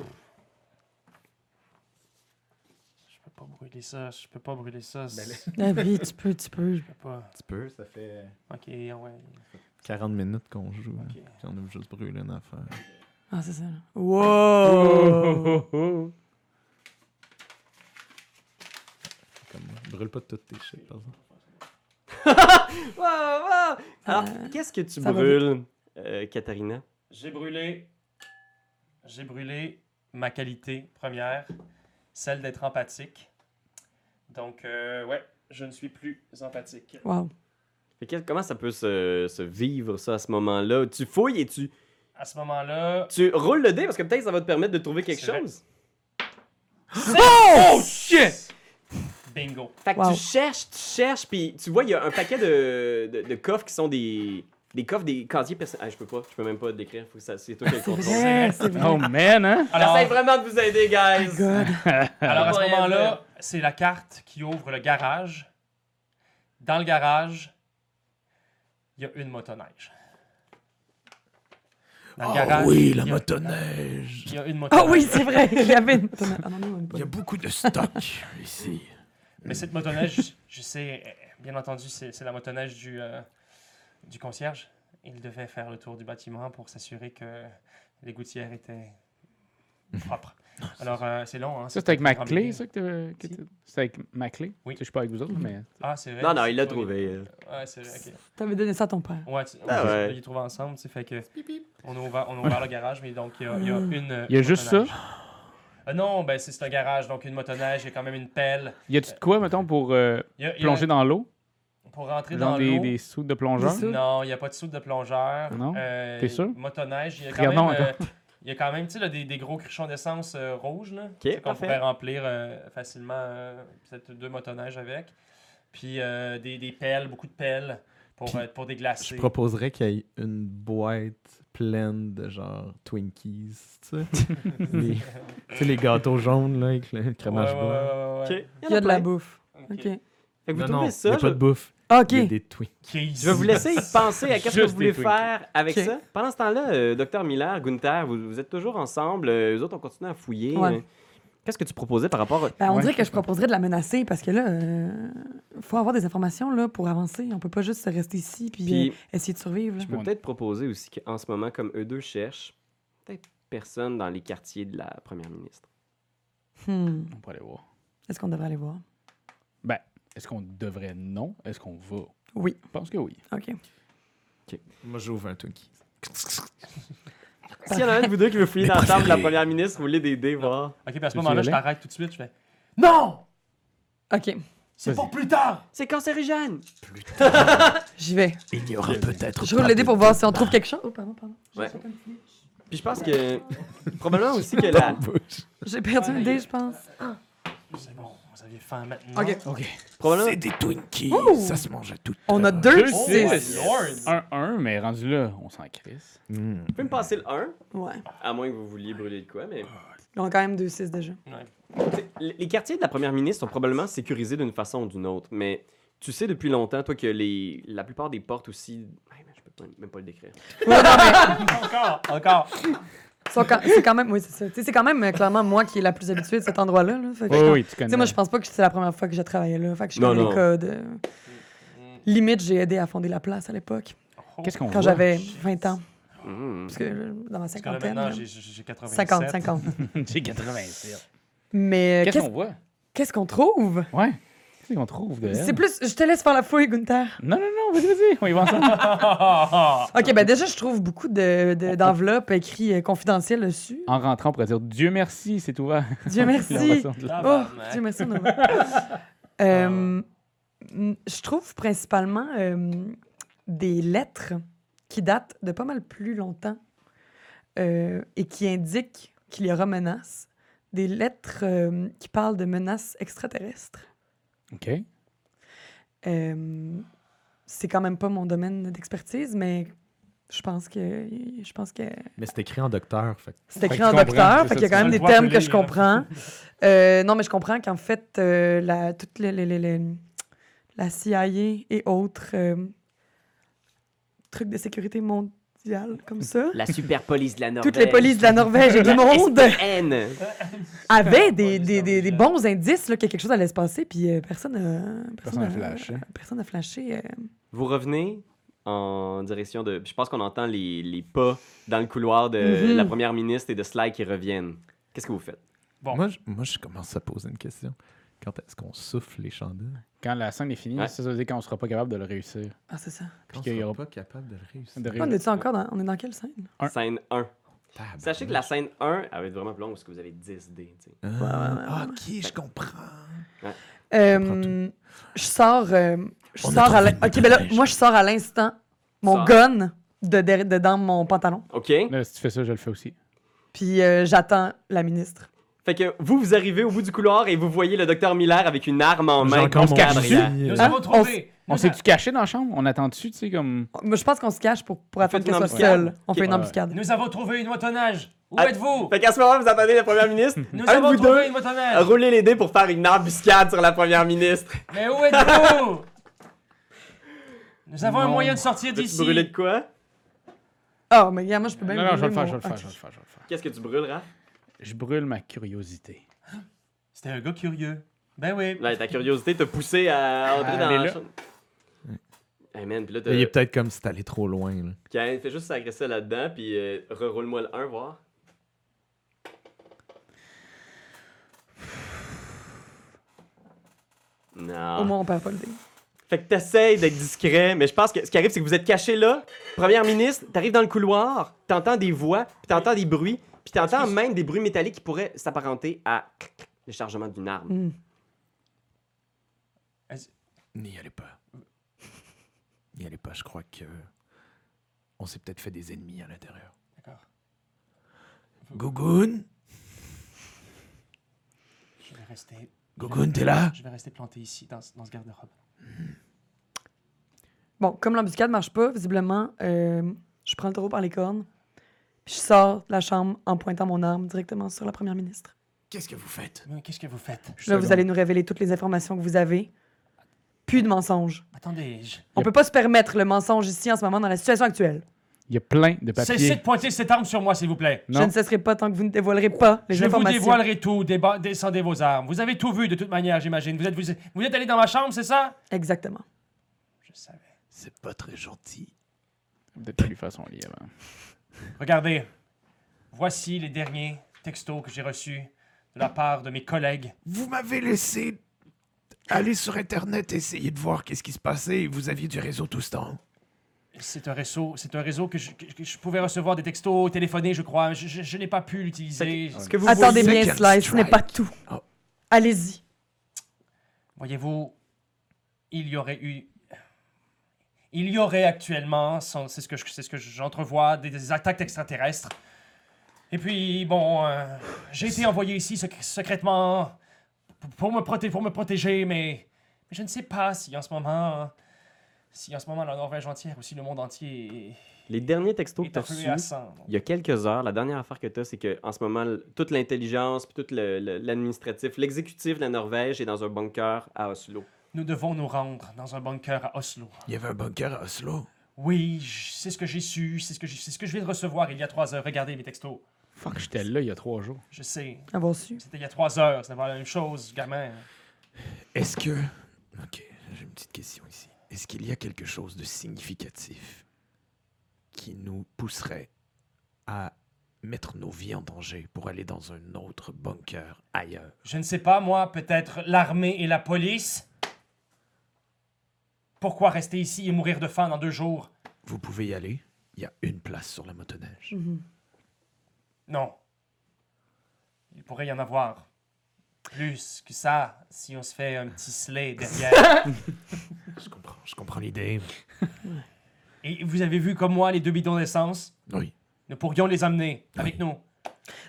Speaker 2: Je peux pas brûler ça, je peux pas brûler ça. c'est-
Speaker 3: Ah oui, tu peux, tu peux.
Speaker 2: Je peux pas.
Speaker 4: Tu peux, ça fait
Speaker 2: Ok, ouais.
Speaker 4: 40 minutes qu'on joue. hein.
Speaker 2: Ok.
Speaker 4: Puis on a juste brûlé une affaire.
Speaker 3: Ah c'est ça. là. Wow.
Speaker 4: Comme, brûle pas toutes tes chips, par exemple.
Speaker 1: Wow, wow! Alors,
Speaker 3: Euh,
Speaker 1: qu'est-ce que tu
Speaker 3: ça va
Speaker 1: brûles, euh, Katharina?
Speaker 2: J'ai brûlé. J'ai brûlé ma qualité première, celle d'être empathique. Donc, euh, ouais, je ne suis plus empathique.
Speaker 3: Wow.
Speaker 1: Fait que comment ça peut se, se vivre, ça, à ce moment-là? Tu fouilles et tu,
Speaker 2: À ce moment-là.
Speaker 1: tu roules le dé parce que peut-être ça va te permettre de trouver quelque
Speaker 2: C'est vrai.
Speaker 1: chose.
Speaker 2: Oh shit! Bingo.
Speaker 1: Fait que
Speaker 3: Wow.
Speaker 1: tu cherches, tu cherches, puis tu vois, il y a un paquet de, de, de coffres qui sont des, Des coffres, des casiers personnels. je peux pas, je peux même pas décrire. Faut que ça, c'est toi qui le
Speaker 3: C'est
Speaker 1: contrôle.
Speaker 3: vrai, c'est vrai.
Speaker 5: Oh man, hein?
Speaker 2: Alors,
Speaker 1: J'essaie vraiment de vous aider,
Speaker 3: Oh My
Speaker 1: guys.
Speaker 3: God.
Speaker 2: Alors à ce
Speaker 1: Ouais, ouais.
Speaker 2: moment-là, c'est la carte qui ouvre le garage. Dans le garage, il y a une motoneige. Dans le
Speaker 6: Ah
Speaker 2: garage,
Speaker 6: oui, la
Speaker 2: il y a-
Speaker 6: motoneige.
Speaker 2: Il y a une
Speaker 3: Ah
Speaker 2: motoneige.
Speaker 3: oui, c'est vrai. Il y avait une... Ah non, non, on est pas-
Speaker 6: Il y a beaucoup de stock ici.
Speaker 2: Mais cette motoneige, je- je sais, euh, bien entendu, c'est c'est la motoneige du, euh, du concierge. Il devait faire le tour du bâtiment pour s'assurer que les gouttières étaient propres. Alors, euh, c'est long, hein?
Speaker 5: Ça, c'est avec ma
Speaker 2: un grand
Speaker 5: clé,
Speaker 2: building.
Speaker 5: ça que t'avais- que
Speaker 2: Si.
Speaker 5: t'as- C'est avec ma clé?
Speaker 2: Oui.
Speaker 5: Tu sais, Je suis pas avec vous autres, mais.
Speaker 2: Ah, c'est vrai.
Speaker 1: Non, non, il l'a
Speaker 2: Oui.
Speaker 1: trouvé. euh.
Speaker 2: Ouais, c'est vrai, ok.
Speaker 3: T'avais donné ça à ton père.
Speaker 2: Ouais, tu,
Speaker 1: Ah
Speaker 2: on
Speaker 1: ouais.
Speaker 2: les trouve ensemble, tu sais, fait que on a ouvert, on a ouvert le garage, mais donc il y a, il y a
Speaker 3: Mm.
Speaker 2: une.
Speaker 5: Il y a juste ça?
Speaker 2: Ah non, ben c'est c'est un garage, donc une motoneige, il y a quand même une pelle.
Speaker 5: Y a-tu de quoi, mettons, pour euh,
Speaker 2: Il y a- il y a-
Speaker 5: plonger dans l'eau?
Speaker 2: Pour rentrer
Speaker 5: Dans
Speaker 2: dans
Speaker 5: des,
Speaker 2: l'eau.
Speaker 5: des soutes de plongeur?
Speaker 3: Des soutes.
Speaker 2: Non, il n'y a pas de soupe de plongeur.
Speaker 5: Non?
Speaker 2: Euh,
Speaker 5: T'es sûr?
Speaker 2: Motoneige, il y a quand
Speaker 5: Regardons
Speaker 2: même. euh, il y a quand même, tu sais, là, des, des gros cruchons d'essence euh, rouges, là. tu sais, qu'on
Speaker 1: parfait.
Speaker 2: pourrait remplir euh, facilement euh, peut-être deux motoneiges avec. Puis euh, des, des pelles, beaucoup de pelles pour,
Speaker 4: Puis,
Speaker 2: euh, pour des
Speaker 4: Je
Speaker 2: glacés.
Speaker 4: proposerais qu'il y ait une boîte pleine de genre Twinkies, tu sais. les, tu sais, les gâteaux jaunes, là, avec le
Speaker 2: Ouais,
Speaker 4: crémage
Speaker 2: ouais,
Speaker 4: blanc.
Speaker 2: ouais, ouais, ouais.
Speaker 1: Ok.
Speaker 3: Il y a de la
Speaker 1: plein.
Speaker 3: bouffe.
Speaker 2: Ok.
Speaker 3: OK.
Speaker 1: Fait que vous
Speaker 4: Non,
Speaker 1: trouvez
Speaker 4: non, il
Speaker 1: ça.
Speaker 4: n'y a pas
Speaker 1: Je...
Speaker 4: de bouffe,
Speaker 3: OK.
Speaker 4: il y a des Twinkies.
Speaker 1: je vais vous laisser penser à qu'est-ce que
Speaker 5: Juste
Speaker 1: vous voulez
Speaker 5: des Twinkies.
Speaker 1: faire avec
Speaker 3: Ok.
Speaker 1: ça. Pendant ce temps-là, euh, Docteur Miller, Gunther, vous, vous êtes toujours ensemble. Les eux autres, on continue à fouiller.
Speaker 3: Ouais.
Speaker 1: Euh, Qu'est-ce que tu proposais par rapport à...
Speaker 3: Ben, on
Speaker 5: Ouais,
Speaker 3: dirait que
Speaker 5: je
Speaker 3: je proposerais de la menacer parce que là, euh, faut avoir des informations là, pour avancer. On peut pas juste rester ici puis,
Speaker 1: Puis-
Speaker 3: euh, essayer de survivre. là.
Speaker 1: Je peux
Speaker 5: Mon-
Speaker 1: peut-être proposer aussi qu'en ce moment, comme eux deux cherchent, peut-être personne dans les quartiers de la première ministre.
Speaker 3: Hmm.
Speaker 5: On pourrait aller voir.
Speaker 3: Est-ce qu'on devrait aller voir?
Speaker 5: Ben, est-ce qu'on devrait non? Est-ce qu'on va?
Speaker 3: Oui.
Speaker 5: Je pense que oui.
Speaker 3: OK.
Speaker 4: Moi, j'ouvre un Twinkie.
Speaker 1: S'il y en a un de vous deux qui veut fouiller dans la chambre de la première ministre, vous voulez des dés, voir.
Speaker 2: Ok, puis à ce
Speaker 5: Tu veux
Speaker 2: moment-là,
Speaker 5: y
Speaker 2: je
Speaker 5: aller?
Speaker 2: t'arrête tout de suite. Je fais oh,
Speaker 6: Non!
Speaker 3: OK.
Speaker 6: C'est
Speaker 5: Vas-y.
Speaker 6: pour plus tard!
Speaker 1: C'est cancérigène!
Speaker 3: J'y vais.
Speaker 6: Il y aura peut-être.
Speaker 3: Je roule le dé pour voir si on trouve quelque chose. Oh, pardon, pardon. J'ai
Speaker 1: Ouais.
Speaker 3: sauté un petit dé.
Speaker 1: Puis je pense que... Probablement aussi que la...
Speaker 3: J'ai perdu le dé, je pense.
Speaker 2: c'est bon, vous aviez faim maintenant.
Speaker 3: OK.
Speaker 6: C'est
Speaker 1: Probablement...
Speaker 6: des Twinkies.
Speaker 3: Ouh!
Speaker 6: Ça se mange à tout.
Speaker 3: Oh! On a
Speaker 6: heure.
Speaker 3: deux
Speaker 2: Oh my
Speaker 3: six.
Speaker 2: lord!
Speaker 5: 1-1, mais rendu là, on s'en crisse.
Speaker 4: Hmm.
Speaker 1: Vous pouvez me passer le 1,
Speaker 3: Ouais.
Speaker 1: à moins que vous vouliez brûler de quoi, mais...
Speaker 3: On a quand même deux six déjà.
Speaker 2: Ouais.
Speaker 1: Les les quartiers de la première ministre sont probablement sécurisés d'une façon ou d'une autre, mais tu sais depuis longtemps, toi, que les... la plupart des portes aussi... Ouais, mais je peux pas- même pas le décrire.
Speaker 2: Encore, encore.
Speaker 3: Sont quand- C'est quand même, oui, c'est ça. Tu sais, c'est quand même euh, clairement moi qui est la plus habituée de cet endroit-là. là. Fait que je-
Speaker 5: Oui, oui, tu
Speaker 3: Tu
Speaker 5: connais.
Speaker 3: sais, moi, je pense pas que c'est la première fois que j'ai travaillé là. Fait que je
Speaker 1: Non,
Speaker 3: connais
Speaker 1: non.
Speaker 3: les codes. euh. Limite, j'ai aidé à fonder la place à l'époque,
Speaker 2: Oh,
Speaker 5: Qu'est-ce qu'on
Speaker 3: quand
Speaker 5: voit?
Speaker 3: j'avais
Speaker 2: shit.
Speaker 3: 20 ans.
Speaker 1: Hmm.
Speaker 3: Parce que euh, dans ma
Speaker 2: Parce que là,
Speaker 3: cinquantaine.
Speaker 2: maintenant,
Speaker 3: euh,
Speaker 2: j'ai- j'ai j'ai 87.
Speaker 3: 50, 50.
Speaker 5: J'ai 87.
Speaker 3: Mais euh,
Speaker 5: Qu'est-ce
Speaker 3: qu'est-ce-
Speaker 5: qu'on voit?
Speaker 3: qu'est-ce qu'on trouve?
Speaker 5: Ouais. Qu'est-ce qu'on trouve de
Speaker 3: C'est
Speaker 5: elle?
Speaker 3: plus. Je te laisse faire la fouille, Gunther.
Speaker 5: Non, non, non, vas-y, vas-y, on y va ensemble.
Speaker 2: Ah,
Speaker 3: OK, ben déjà, je trouve beaucoup de- de- d'enveloppes de, écrites euh, confidentielles dessus.
Speaker 5: en rentrant, on pourrait dire Dieu merci, c'est ouvert. Puis
Speaker 3: Dieu
Speaker 5: on va
Speaker 3: merci.
Speaker 5: sortir de là.
Speaker 3: Oh,
Speaker 2: Tabarnak.
Speaker 3: Dieu merci, on a- Euh, mm, Je trouve principalement euh, des lettres qui datent de pas mal plus longtemps euh, et qui indiquent qu'il y aura menace. Des lettres euh, qui parlent de menaces extraterrestres.
Speaker 5: OK.
Speaker 3: Euh, c'est quand même pas mon domaine d'expertise, mais je pense que je pense que
Speaker 4: Mais c'est écrit en docteur, fait.
Speaker 3: c'est
Speaker 5: Fait
Speaker 3: écrit
Speaker 5: que
Speaker 3: en
Speaker 5: tu comprends,
Speaker 3: docteur,
Speaker 5: c'est
Speaker 3: fait
Speaker 5: ça,
Speaker 3: qu'il y a
Speaker 5: tu
Speaker 3: quand
Speaker 2: vas
Speaker 3: même
Speaker 2: le
Speaker 3: des
Speaker 2: voir
Speaker 3: termes
Speaker 2: brûler,
Speaker 3: que je
Speaker 2: là.
Speaker 3: comprends. Euh, non, mais je comprends qu'en fait, euh, la, toute le- le- le- le- la CIA et autres euh, trucs de sécurité mondiale comme ça,
Speaker 1: La super police de la Norvège.
Speaker 3: toutes les polices de la Norvège et du monde
Speaker 1: N.
Speaker 3: avaient des,
Speaker 2: Police
Speaker 3: des, des- des
Speaker 2: norvégienne.
Speaker 3: bons indices là, que quelque chose allait se passer, puis euh, personne n'a
Speaker 5: Personne n'a
Speaker 3: personne a-
Speaker 5: flashé.
Speaker 3: personne n'a flashé. euh.
Speaker 1: Vous revenez en direction de. Je pense qu'on entend les, les pas dans le couloir de
Speaker 3: Mhm.
Speaker 1: la première ministre et de Sly qui reviennent. Qu'est-ce que vous faites?
Speaker 2: Bon.
Speaker 4: Moi, je, moi, je commence à poser une question. Quand est-ce qu'on souffle les chandelles?
Speaker 5: Quand la scène est finie,
Speaker 1: Ouais.
Speaker 5: ça, ça veut dire qu'on sera pas capable de le réussir.
Speaker 3: Ah, c'est ça.
Speaker 5: Puis qu'il y aura
Speaker 4: pas capable de le réussir.
Speaker 5: de
Speaker 3: On
Speaker 5: réussir.
Speaker 3: est, encore dans, on est dans quelle scène?
Speaker 5: Un.
Speaker 1: Scène 1.
Speaker 4: Tabarnak.
Speaker 1: Sachez que la scène 1, elle va être vraiment plus longue parce que vous avez 10 dés. tu sais.
Speaker 4: Ah, ok, je comprends. comprends
Speaker 3: Euh, je sors, euh, je
Speaker 6: On a
Speaker 3: sors à
Speaker 6: trouvé
Speaker 3: l'in-
Speaker 6: une
Speaker 3: Ok, ben là,
Speaker 6: manège.
Speaker 3: moi, je sors à l'instant mon
Speaker 1: Sors.
Speaker 3: gun de, derri- de dans mon pantalon.
Speaker 1: OK?
Speaker 5: Là, si tu fais ça, je le fais aussi.
Speaker 3: Puis euh, j'attends la ministre.
Speaker 1: Fait que vous, vous arrivez au bout du couloir et vous voyez le docteur Miller avec une arme en
Speaker 4: J'ai
Speaker 1: main.
Speaker 4: encore
Speaker 1: contre
Speaker 4: mon
Speaker 1: Gabriel.
Speaker 4: fusil.
Speaker 2: Nous
Speaker 4: Ah,
Speaker 2: avons trouvé
Speaker 5: On s'est-tu caché dans la chambre? On attend-tu, tu sais, comme...
Speaker 3: Moi, je pense qu'on se cache pour, pour attendre
Speaker 1: fait
Speaker 3: qu'elle
Speaker 1: une
Speaker 3: soit
Speaker 1: embuscade.
Speaker 3: seule. On
Speaker 1: Ok.
Speaker 3: fait une
Speaker 5: Ouais.
Speaker 3: embuscade.
Speaker 2: Nous avons trouvé une motoneige. Où
Speaker 1: Ah.
Speaker 2: êtes-vous
Speaker 1: Fait qu'à ce moment, vous attendez la première ministre.
Speaker 2: Nous
Speaker 1: un de
Speaker 2: avons
Speaker 1: vous
Speaker 2: trouvé
Speaker 1: deux, Ah,
Speaker 2: une motoneige.
Speaker 1: roulez les dés pour faire une embuscade sur la première ministre.
Speaker 2: Mais où êtes-vous Nous avons un
Speaker 5: Non.
Speaker 2: moyen de sortir
Speaker 1: Veux-tu
Speaker 2: d'ici.
Speaker 1: brûler de quoi?
Speaker 3: Oh, mais regarde, moi, je peux
Speaker 5: Non,
Speaker 3: même.
Speaker 5: non, je vais le
Speaker 3: brûler
Speaker 5: faire,
Speaker 3: mon-
Speaker 5: je vais le faire,
Speaker 3: Ok.
Speaker 5: je vais le faire, je vais le faire.
Speaker 1: Qu'est-ce que tu brûles, Raph?
Speaker 5: Je brûle ma curiosité.
Speaker 2: C'était un gars curieux. Ben oui.
Speaker 1: Là, ta curiosité t'a poussé à entrer
Speaker 5: Ah,
Speaker 1: dans
Speaker 5: elle est
Speaker 1: la
Speaker 5: là.
Speaker 1: chambre. Hey man, pis là,
Speaker 4: Il est
Speaker 1: t'as.
Speaker 4: peut-être comme si t'allais trop loin. Là.
Speaker 1: Karen, Fais juste s'agresser là-dedans, puis euh, reroule-moi le 1, voir.
Speaker 3: Au
Speaker 1: Non.
Speaker 3: moins, on perd pas le dé.
Speaker 1: Fait que t'essayes d'être discret, mais je pense que ce qui arrive, c'est que vous êtes caché là. Première ministre, t'arrives dans le couloir, t'entends des voix, puis t'entends des bruits, puis t'entends même des bruits métalliques qui pourraient s'apparenter à le chargement d'une arme.
Speaker 3: Hmm.
Speaker 6: N'y allez pas. N'y allez pas, je crois que. On s'est peut-être fait des ennemis à l'intérieur.
Speaker 2: D'accord.
Speaker 6: Gougoun
Speaker 2: Je vais rester.
Speaker 6: Gougoun, t'es là
Speaker 2: Je vais rester planté ici, dans, ce- dans ce garde-robe.
Speaker 3: Bon, comme l'embuscade marche pas, visiblement, euh, je prends le taureau par les cornes, puis je sors de la chambre en pointant mon arme directement sur la première ministre.
Speaker 6: Qu'est-ce que vous faites
Speaker 2: Mais qu'est-ce que vous faites
Speaker 3: Là, vous allez nous révéler toutes les informations que vous avez. Plus de mensonges.
Speaker 2: Attendez, je...
Speaker 3: On
Speaker 5: Yep.
Speaker 3: peut pas se permettre le mensonge ici en ce moment dans la situation actuelle.
Speaker 5: Il y a plein de
Speaker 2: cessez
Speaker 5: papiers.
Speaker 2: de pointer cette arme sur moi, s'il vous plaît.
Speaker 3: Je
Speaker 5: Non?
Speaker 3: ne cesserai pas tant que vous ne dévoilerez pas les
Speaker 2: je vous
Speaker 3: informations.
Speaker 2: dévoilerai tout. Déba- Descendez vos armes. Vous avez tout vu de toute manière, j'imagine. Vous êtes, vous, vous êtes allé dans ma chambre, c'est ça
Speaker 3: Exactement.
Speaker 2: Je savais.
Speaker 6: C'est pas très gentil.
Speaker 5: Peut-être pas lui faire son hein. lit avant.
Speaker 2: Regardez. Voici les derniers textos que j'ai reçus de la part de mes collègues.
Speaker 6: Vous m'avez laissé aller sur Internet, essayer de voir qu'est-ce qui se passait et vous aviez du réseau tout ce temps.
Speaker 2: C'est un réseau, c'est un réseau que je, que- que je pouvais recevoir des textos, téléphoner, je crois. Je, je- je n'ai pas pu l'utiliser.
Speaker 1: Ce que vous
Speaker 3: Attendez
Speaker 6: voyez-
Speaker 3: bien,
Speaker 6: Second
Speaker 3: Slice, ce n'est pas
Speaker 6: strike.
Speaker 3: tout.
Speaker 6: Oh.
Speaker 3: Allez-y.
Speaker 2: Voyez-vous, il y aurait eu. Il y aurait actuellement, sans- c'est ce que je- c'est ce que j'entrevois, des, des attaques extraterrestres. Et puis, bon, euh, j'ai été envoyé ici sec- secrètement p- pour me, proté- pour me protéger, mais, mais je ne sais pas si en ce moment, si en ce moment la Norvège entière, aussi le monde entier
Speaker 1: Les derniers
Speaker 2: est,
Speaker 1: textos que
Speaker 2: est
Speaker 1: t'as
Speaker 2: afflué à
Speaker 1: reçus,
Speaker 2: sang.
Speaker 1: Il y a quelques heures, la dernière affaire que tu as, c'est qu'en ce moment, l- toute l'intelligence, puis tout le- le- l'administratif, l'exécutif de la Norvège est dans un bunker à Oslo.
Speaker 2: Nous devons nous rendre dans un bunker à Oslo.
Speaker 6: Il y avait un bunker à Oslo.
Speaker 2: Oui, je- c'est ce que j'ai su, c'est ce que j'ai- c'est ce que je viens de recevoir il y a trois heures. Regardez mes textos.
Speaker 5: Fuck, j'étais là il y a trois jours.
Speaker 2: Je sais.
Speaker 3: Avoir su.
Speaker 2: C'était il y a trois heures, c'était pas la même chose, gamin.
Speaker 6: Est-ce que. Ok, j'ai une petite question ici. Est-ce qu'il y a quelque chose de significatif qui nous pousserait à mettre nos vies en danger pour aller dans un autre bunker ailleurs
Speaker 2: Je ne sais pas, moi, peut-être l'armée et la police. Pourquoi rester ici et mourir de faim dans deux jours
Speaker 6: Vous pouvez y aller. Il y a une place sur la motoneige.
Speaker 3: Mhm.
Speaker 2: Non. Il pourrait y en avoir. Plus que ça, si on se fait un petit sleigh derrière.
Speaker 6: Je comprends, je comprends l'idée.
Speaker 2: et vous avez vu comme moi les deux bidons d'essence
Speaker 6: Oui.
Speaker 2: Nous pourrions les amener avec nous.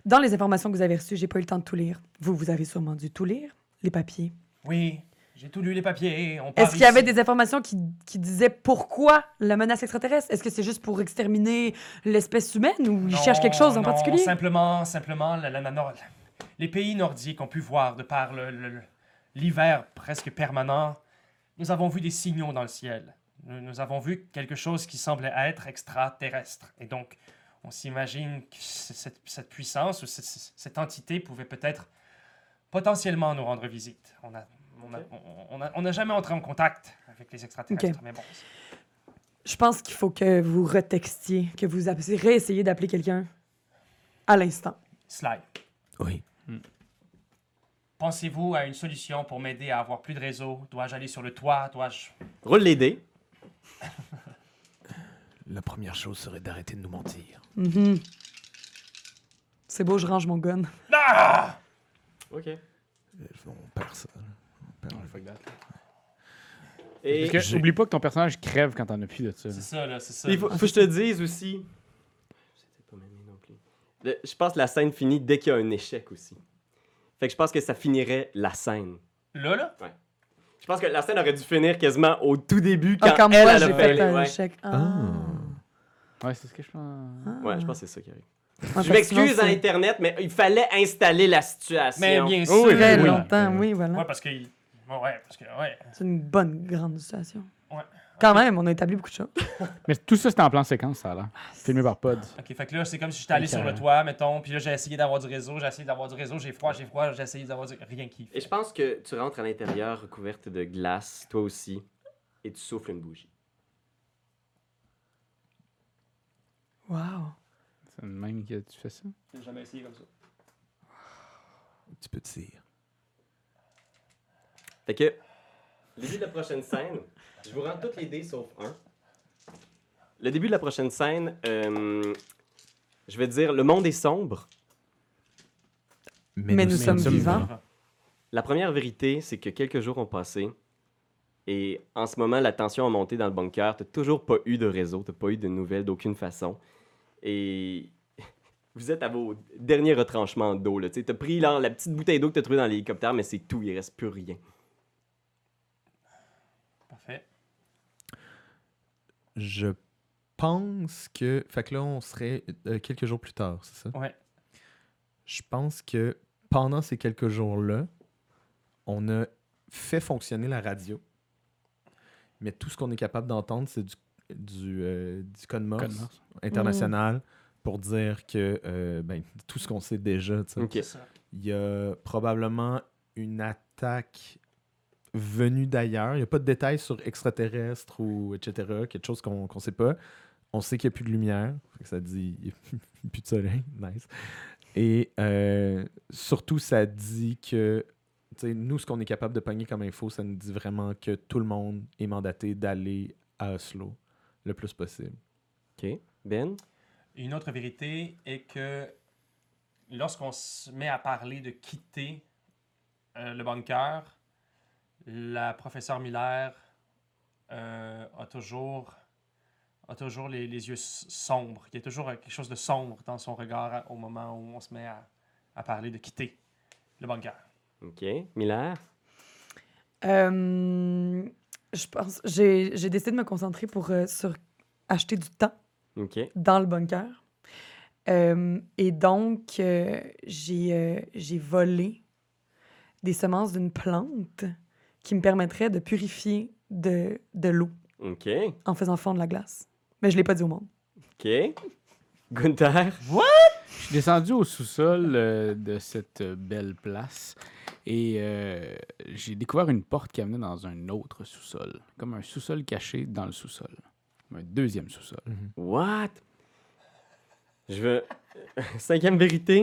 Speaker 3: Dans les informations que vous avez reçues, j'ai pas eu le temps de tout lire. Vous, vous avez sûrement dû tout lire, les papiers.
Speaker 2: Oui, j'ai tout lu les papiers. on part
Speaker 3: Est-ce qu'il y avait
Speaker 2: ici.
Speaker 3: des informations qui, qui disaient pourquoi la menace extraterrestre? Est-ce que c'est juste pour exterminer l'espèce humaine ou ils
Speaker 2: Non,
Speaker 3: cherchent quelque chose
Speaker 2: non,
Speaker 3: en particulier?
Speaker 2: Simplement, simplement, la, la- la- non, la- les pays nordiques ont pu voir, de par le- le- le- l'hiver presque permanent, nous avons vu des signaux dans le ciel. Nous, nous avons vu quelque chose qui semblait être extraterrestre. Et donc, on s'imagine que c- cette, cette puissance ou c- c- cette entité pouvait peut-être potentiellement nous rendre visite. On a- on n'a on, on a- on n'a jamais entré en contact avec les extraterrestres, mais bon,
Speaker 3: Je pense qu'il faut que vous retextiez, que vous app- réessayez d'appeler quelqu'un à l'instant.
Speaker 2: slide.
Speaker 6: Oui.
Speaker 2: Hmm. Pensez-vous à une solution pour m'aider à avoir plus de réseau Dois-je aller sur le toit Dois-je.
Speaker 1: Roule les dés.
Speaker 6: La première chose serait d'arrêter de nous mentir.
Speaker 3: Mhm. C'est beau, je range mon gun.
Speaker 2: Ah
Speaker 1: OK.
Speaker 6: Euh, On perd ça. là. On perd-
Speaker 1: Et
Speaker 5: Parce que, oublie pas que ton personnage crève quand t'en as plus de ça.
Speaker 2: C'est ça, là, c'est ça.
Speaker 1: il faut, faut que je te dise aussi... C'était pas ma main non plus. Le- je pense que la scène finit dès qu'il y a un échec aussi. Fait que je pense que ça finirait la scène.
Speaker 2: Là, là
Speaker 1: Ouais. Je pense que la scène aurait dû finir quasiment au tout début quand,
Speaker 3: Ah, quand
Speaker 1: elle,
Speaker 3: moi,
Speaker 1: elle
Speaker 3: j'ai
Speaker 1: a fait
Speaker 3: fait
Speaker 1: les-
Speaker 3: un Ah.
Speaker 1: ouais.
Speaker 3: chèque.
Speaker 5: Ah. Ouais, c'est ce que je pense.
Speaker 3: Ah.
Speaker 1: Ouais, je pense que c'est ça qui arrive.
Speaker 3: Ouais,
Speaker 1: Je
Speaker 3: parce que
Speaker 1: m'excuse hein,
Speaker 3: sinon,
Speaker 1: à
Speaker 3: c'est
Speaker 1: Internet, mais il fallait installer la situation.
Speaker 2: Mais bien sûr.
Speaker 5: Oh, oui,
Speaker 3: Très
Speaker 5: Oui.
Speaker 3: longtemps, oui,
Speaker 2: Ouais,
Speaker 3: voilà.
Speaker 2: parce que. Ouais, parce que. Ouais.
Speaker 3: C'est une bonne grande situation.
Speaker 2: Ouais.
Speaker 3: Quand même, on a établi beaucoup de choses.
Speaker 5: Mais tout ça, c'était en plan séquence, ça, là.
Speaker 3: Ah,
Speaker 5: Filmé par Pod.
Speaker 2: Ok, fait que là, c'est comme si j'étais allé
Speaker 5: Ok.
Speaker 2: sur le toit, mettons, puis là, j'ai essayé d'avoir du réseau, j'ai essayé d'avoir du réseau, j'ai froid, j'ai froid, j'ai essayé d'avoir du. Rien qui.
Speaker 1: Et je pense que tu rentres à l'intérieur recouverte de glace, toi aussi, et tu souffles une bougie.
Speaker 3: Wow.
Speaker 5: C'est le même que tu fais ça.
Speaker 2: J'ai jamais essayé comme ça.
Speaker 6: Un petit peu de cire.
Speaker 1: Fait que, début de la prochaine scène, je vous rends toutes les dés sauf un. Le début de la prochaine scène, euh, je vais dire le monde est sombre.
Speaker 3: Mais nous sommes vivants.
Speaker 1: La première vérité, c'est que quelques jours ont passé et en ce moment, la tension a monté dans le bunker. T'as toujours pas eu de réseau, t'as pas eu de nouvelles d'aucune façon. Et vous êtes à vos derniers retranchements d'eau. là. T'sais, T'as pris là, la petite bouteille d'eau que t'as trouvée dans l'hélicoptère, mais c'est tout, il reste plus rien.
Speaker 2: Parfait.
Speaker 4: Je pense que. Fait que là, on serait euh, quelques jours plus tard, c'est ça?
Speaker 2: Ouais.
Speaker 4: Je pense que pendant ces quelques jours-là, on a fait fonctionner la radio. Mais tout ce qu'on est capable d'entendre, c'est du, du, euh, du code morse
Speaker 5: Code Morse.
Speaker 4: international pour dire que euh, ben, tout ce qu'on sait déjà. tu sais.
Speaker 1: Ok.
Speaker 2: C'est ça.
Speaker 4: Il y a probablement une attaque venue d'ailleurs. Il n'y a pas de détails sur extraterrestre ou etc. Quelque chose qu'on ne sait pas. On sait qu'il n'y a plus de lumière. Fait que ça dit il n'y a plus de soleil. Nice. Et euh, surtout, ça dit que tu sais, nous, ce qu'on est capable de pogner comme info, ça nous dit vraiment que tout le monde est mandaté d'aller à Oslo le plus possible.
Speaker 1: OK. Ben?
Speaker 2: Une autre vérité est que lorsqu'on se met à parler de quitter euh, le bunker, la professeure Miller euh, a toujours, a toujours les, les yeux s- sombres. Il y a toujours euh, quelque chose de sombre dans son regard à- au moment où on se met à, à parler de quitter le bunker.
Speaker 1: OK. Miller?
Speaker 3: Euh, je pense, j'ai j'ai décidé de me concentrer pour, euh, sur acheter du temps
Speaker 1: OK.
Speaker 3: dans le bunker. Euh, et donc, euh, j'ai euh, j'ai volé des semences d'une plante qui me permettrait de purifier de, de l'eau
Speaker 1: OK.
Speaker 3: en faisant fondre la glace. Mais je l'ai pas dit au monde.
Speaker 1: OK. Gunther?
Speaker 5: Je suis descendu au sous-sol euh, de cette belle place et euh, j'ai découvert une porte qui amenait dans un autre sous-sol. Comme un sous-sol caché dans le sous-sol. Comme Un deuxième sous-sol.
Speaker 1: What? Je veux. Cinquième vérité.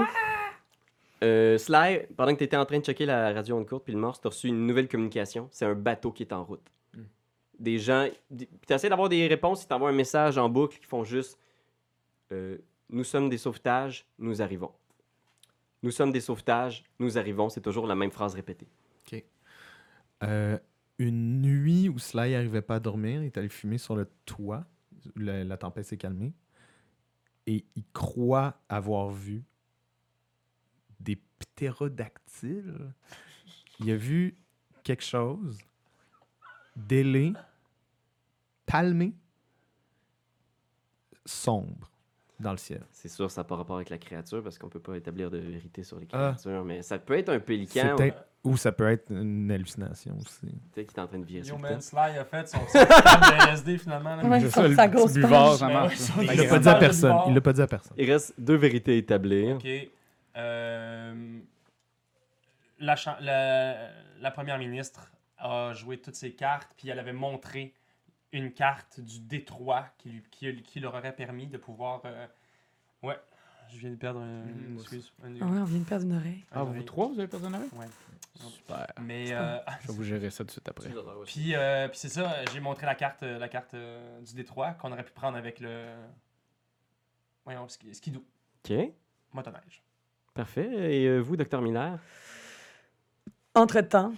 Speaker 1: Euh, Sly, pendant que tu étais en train de checker la radio en courte, puis le morse, tu reçu une nouvelle communication. C'est un bateau qui est en route.
Speaker 4: Hmm.
Speaker 1: Des gens. Puis tu d'avoir des réponses, ils t'envoient un message en boucle qui font juste euh, Nous sommes des sauvetages, nous arrivons. Nous sommes des sauvetages, nous arrivons. C'est toujours la même phrase répétée.
Speaker 4: Euh, une nuit où Sly n'arrivait pas à dormir, il est allé fumer sur le toit. Le- la tempête s'est calmée. Et il croit avoir vu des ptérodactyles. Il a vu quelque chose délai, palmé, sombre dans le ciel.
Speaker 1: C'est sûr, ça n'a pas rapport avec la créature parce qu'on peut pas établir de vérité sur les
Speaker 4: Ah.
Speaker 1: créatures, mais ça peut être un
Speaker 4: C'est
Speaker 1: pélican ou
Speaker 4: peut-être- Ou ça peut être une hallucination aussi.
Speaker 1: peut-être qu'il est en train de virer sur
Speaker 2: Yo,
Speaker 1: le
Speaker 2: man,
Speaker 1: temps.
Speaker 2: Sly a fait son programme de LSD finalement. là.
Speaker 3: Ouais,
Speaker 5: C'est
Speaker 3: sur sa
Speaker 5: le
Speaker 3: grosse
Speaker 5: petit buvard,
Speaker 3: page.
Speaker 5: ça
Speaker 2: Mais ouais,
Speaker 5: marche.
Speaker 2: sur les
Speaker 5: ça. Fait
Speaker 4: Il
Speaker 5: que-
Speaker 4: l'a
Speaker 2: Exactement.
Speaker 4: pas dit à personne. Il l'a pas dit à personne.
Speaker 1: Il reste deux vérités à établir.
Speaker 2: Ok. Euh, la, cha- la- la première ministre a joué toutes ses cartes, puis elle avait montré une carte du détroit qui, lui, qui, qui leur aurait permis de pouvoir. euh, Ouais, je viens de perdre un. une excuse. un-
Speaker 3: Ah ouais, on vient de perdre une oreille.
Speaker 2: un
Speaker 5: Ah, vous
Speaker 2: oreille.
Speaker 5: trois, vous avez personne avec
Speaker 2: Ouais.
Speaker 5: Super.
Speaker 2: Mais. euh,
Speaker 5: Je vais vous gérer ça tout de suite après.
Speaker 2: puis euh, puis c'est ça, j'ai montré la carte, euh, la carte euh, du détroit qu'on aurait pu prendre avec le. Voyons, ski- skidoo,
Speaker 1: OK,
Speaker 2: motoneige.
Speaker 1: parfait. Et euh, vous, docteur Miller?
Speaker 3: Entre-temps,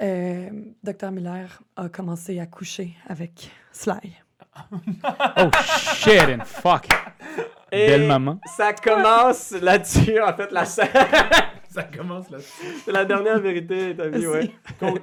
Speaker 3: euh, Dr. Miller a commencé à coucher avec Sly.
Speaker 5: Oh shit and fuck! Belle maman.
Speaker 1: Ça commence là-dessus, en fait, la scène.
Speaker 4: Ça commence là
Speaker 1: C'est la dernière vérité établie,
Speaker 3: Merci.
Speaker 1: ouais.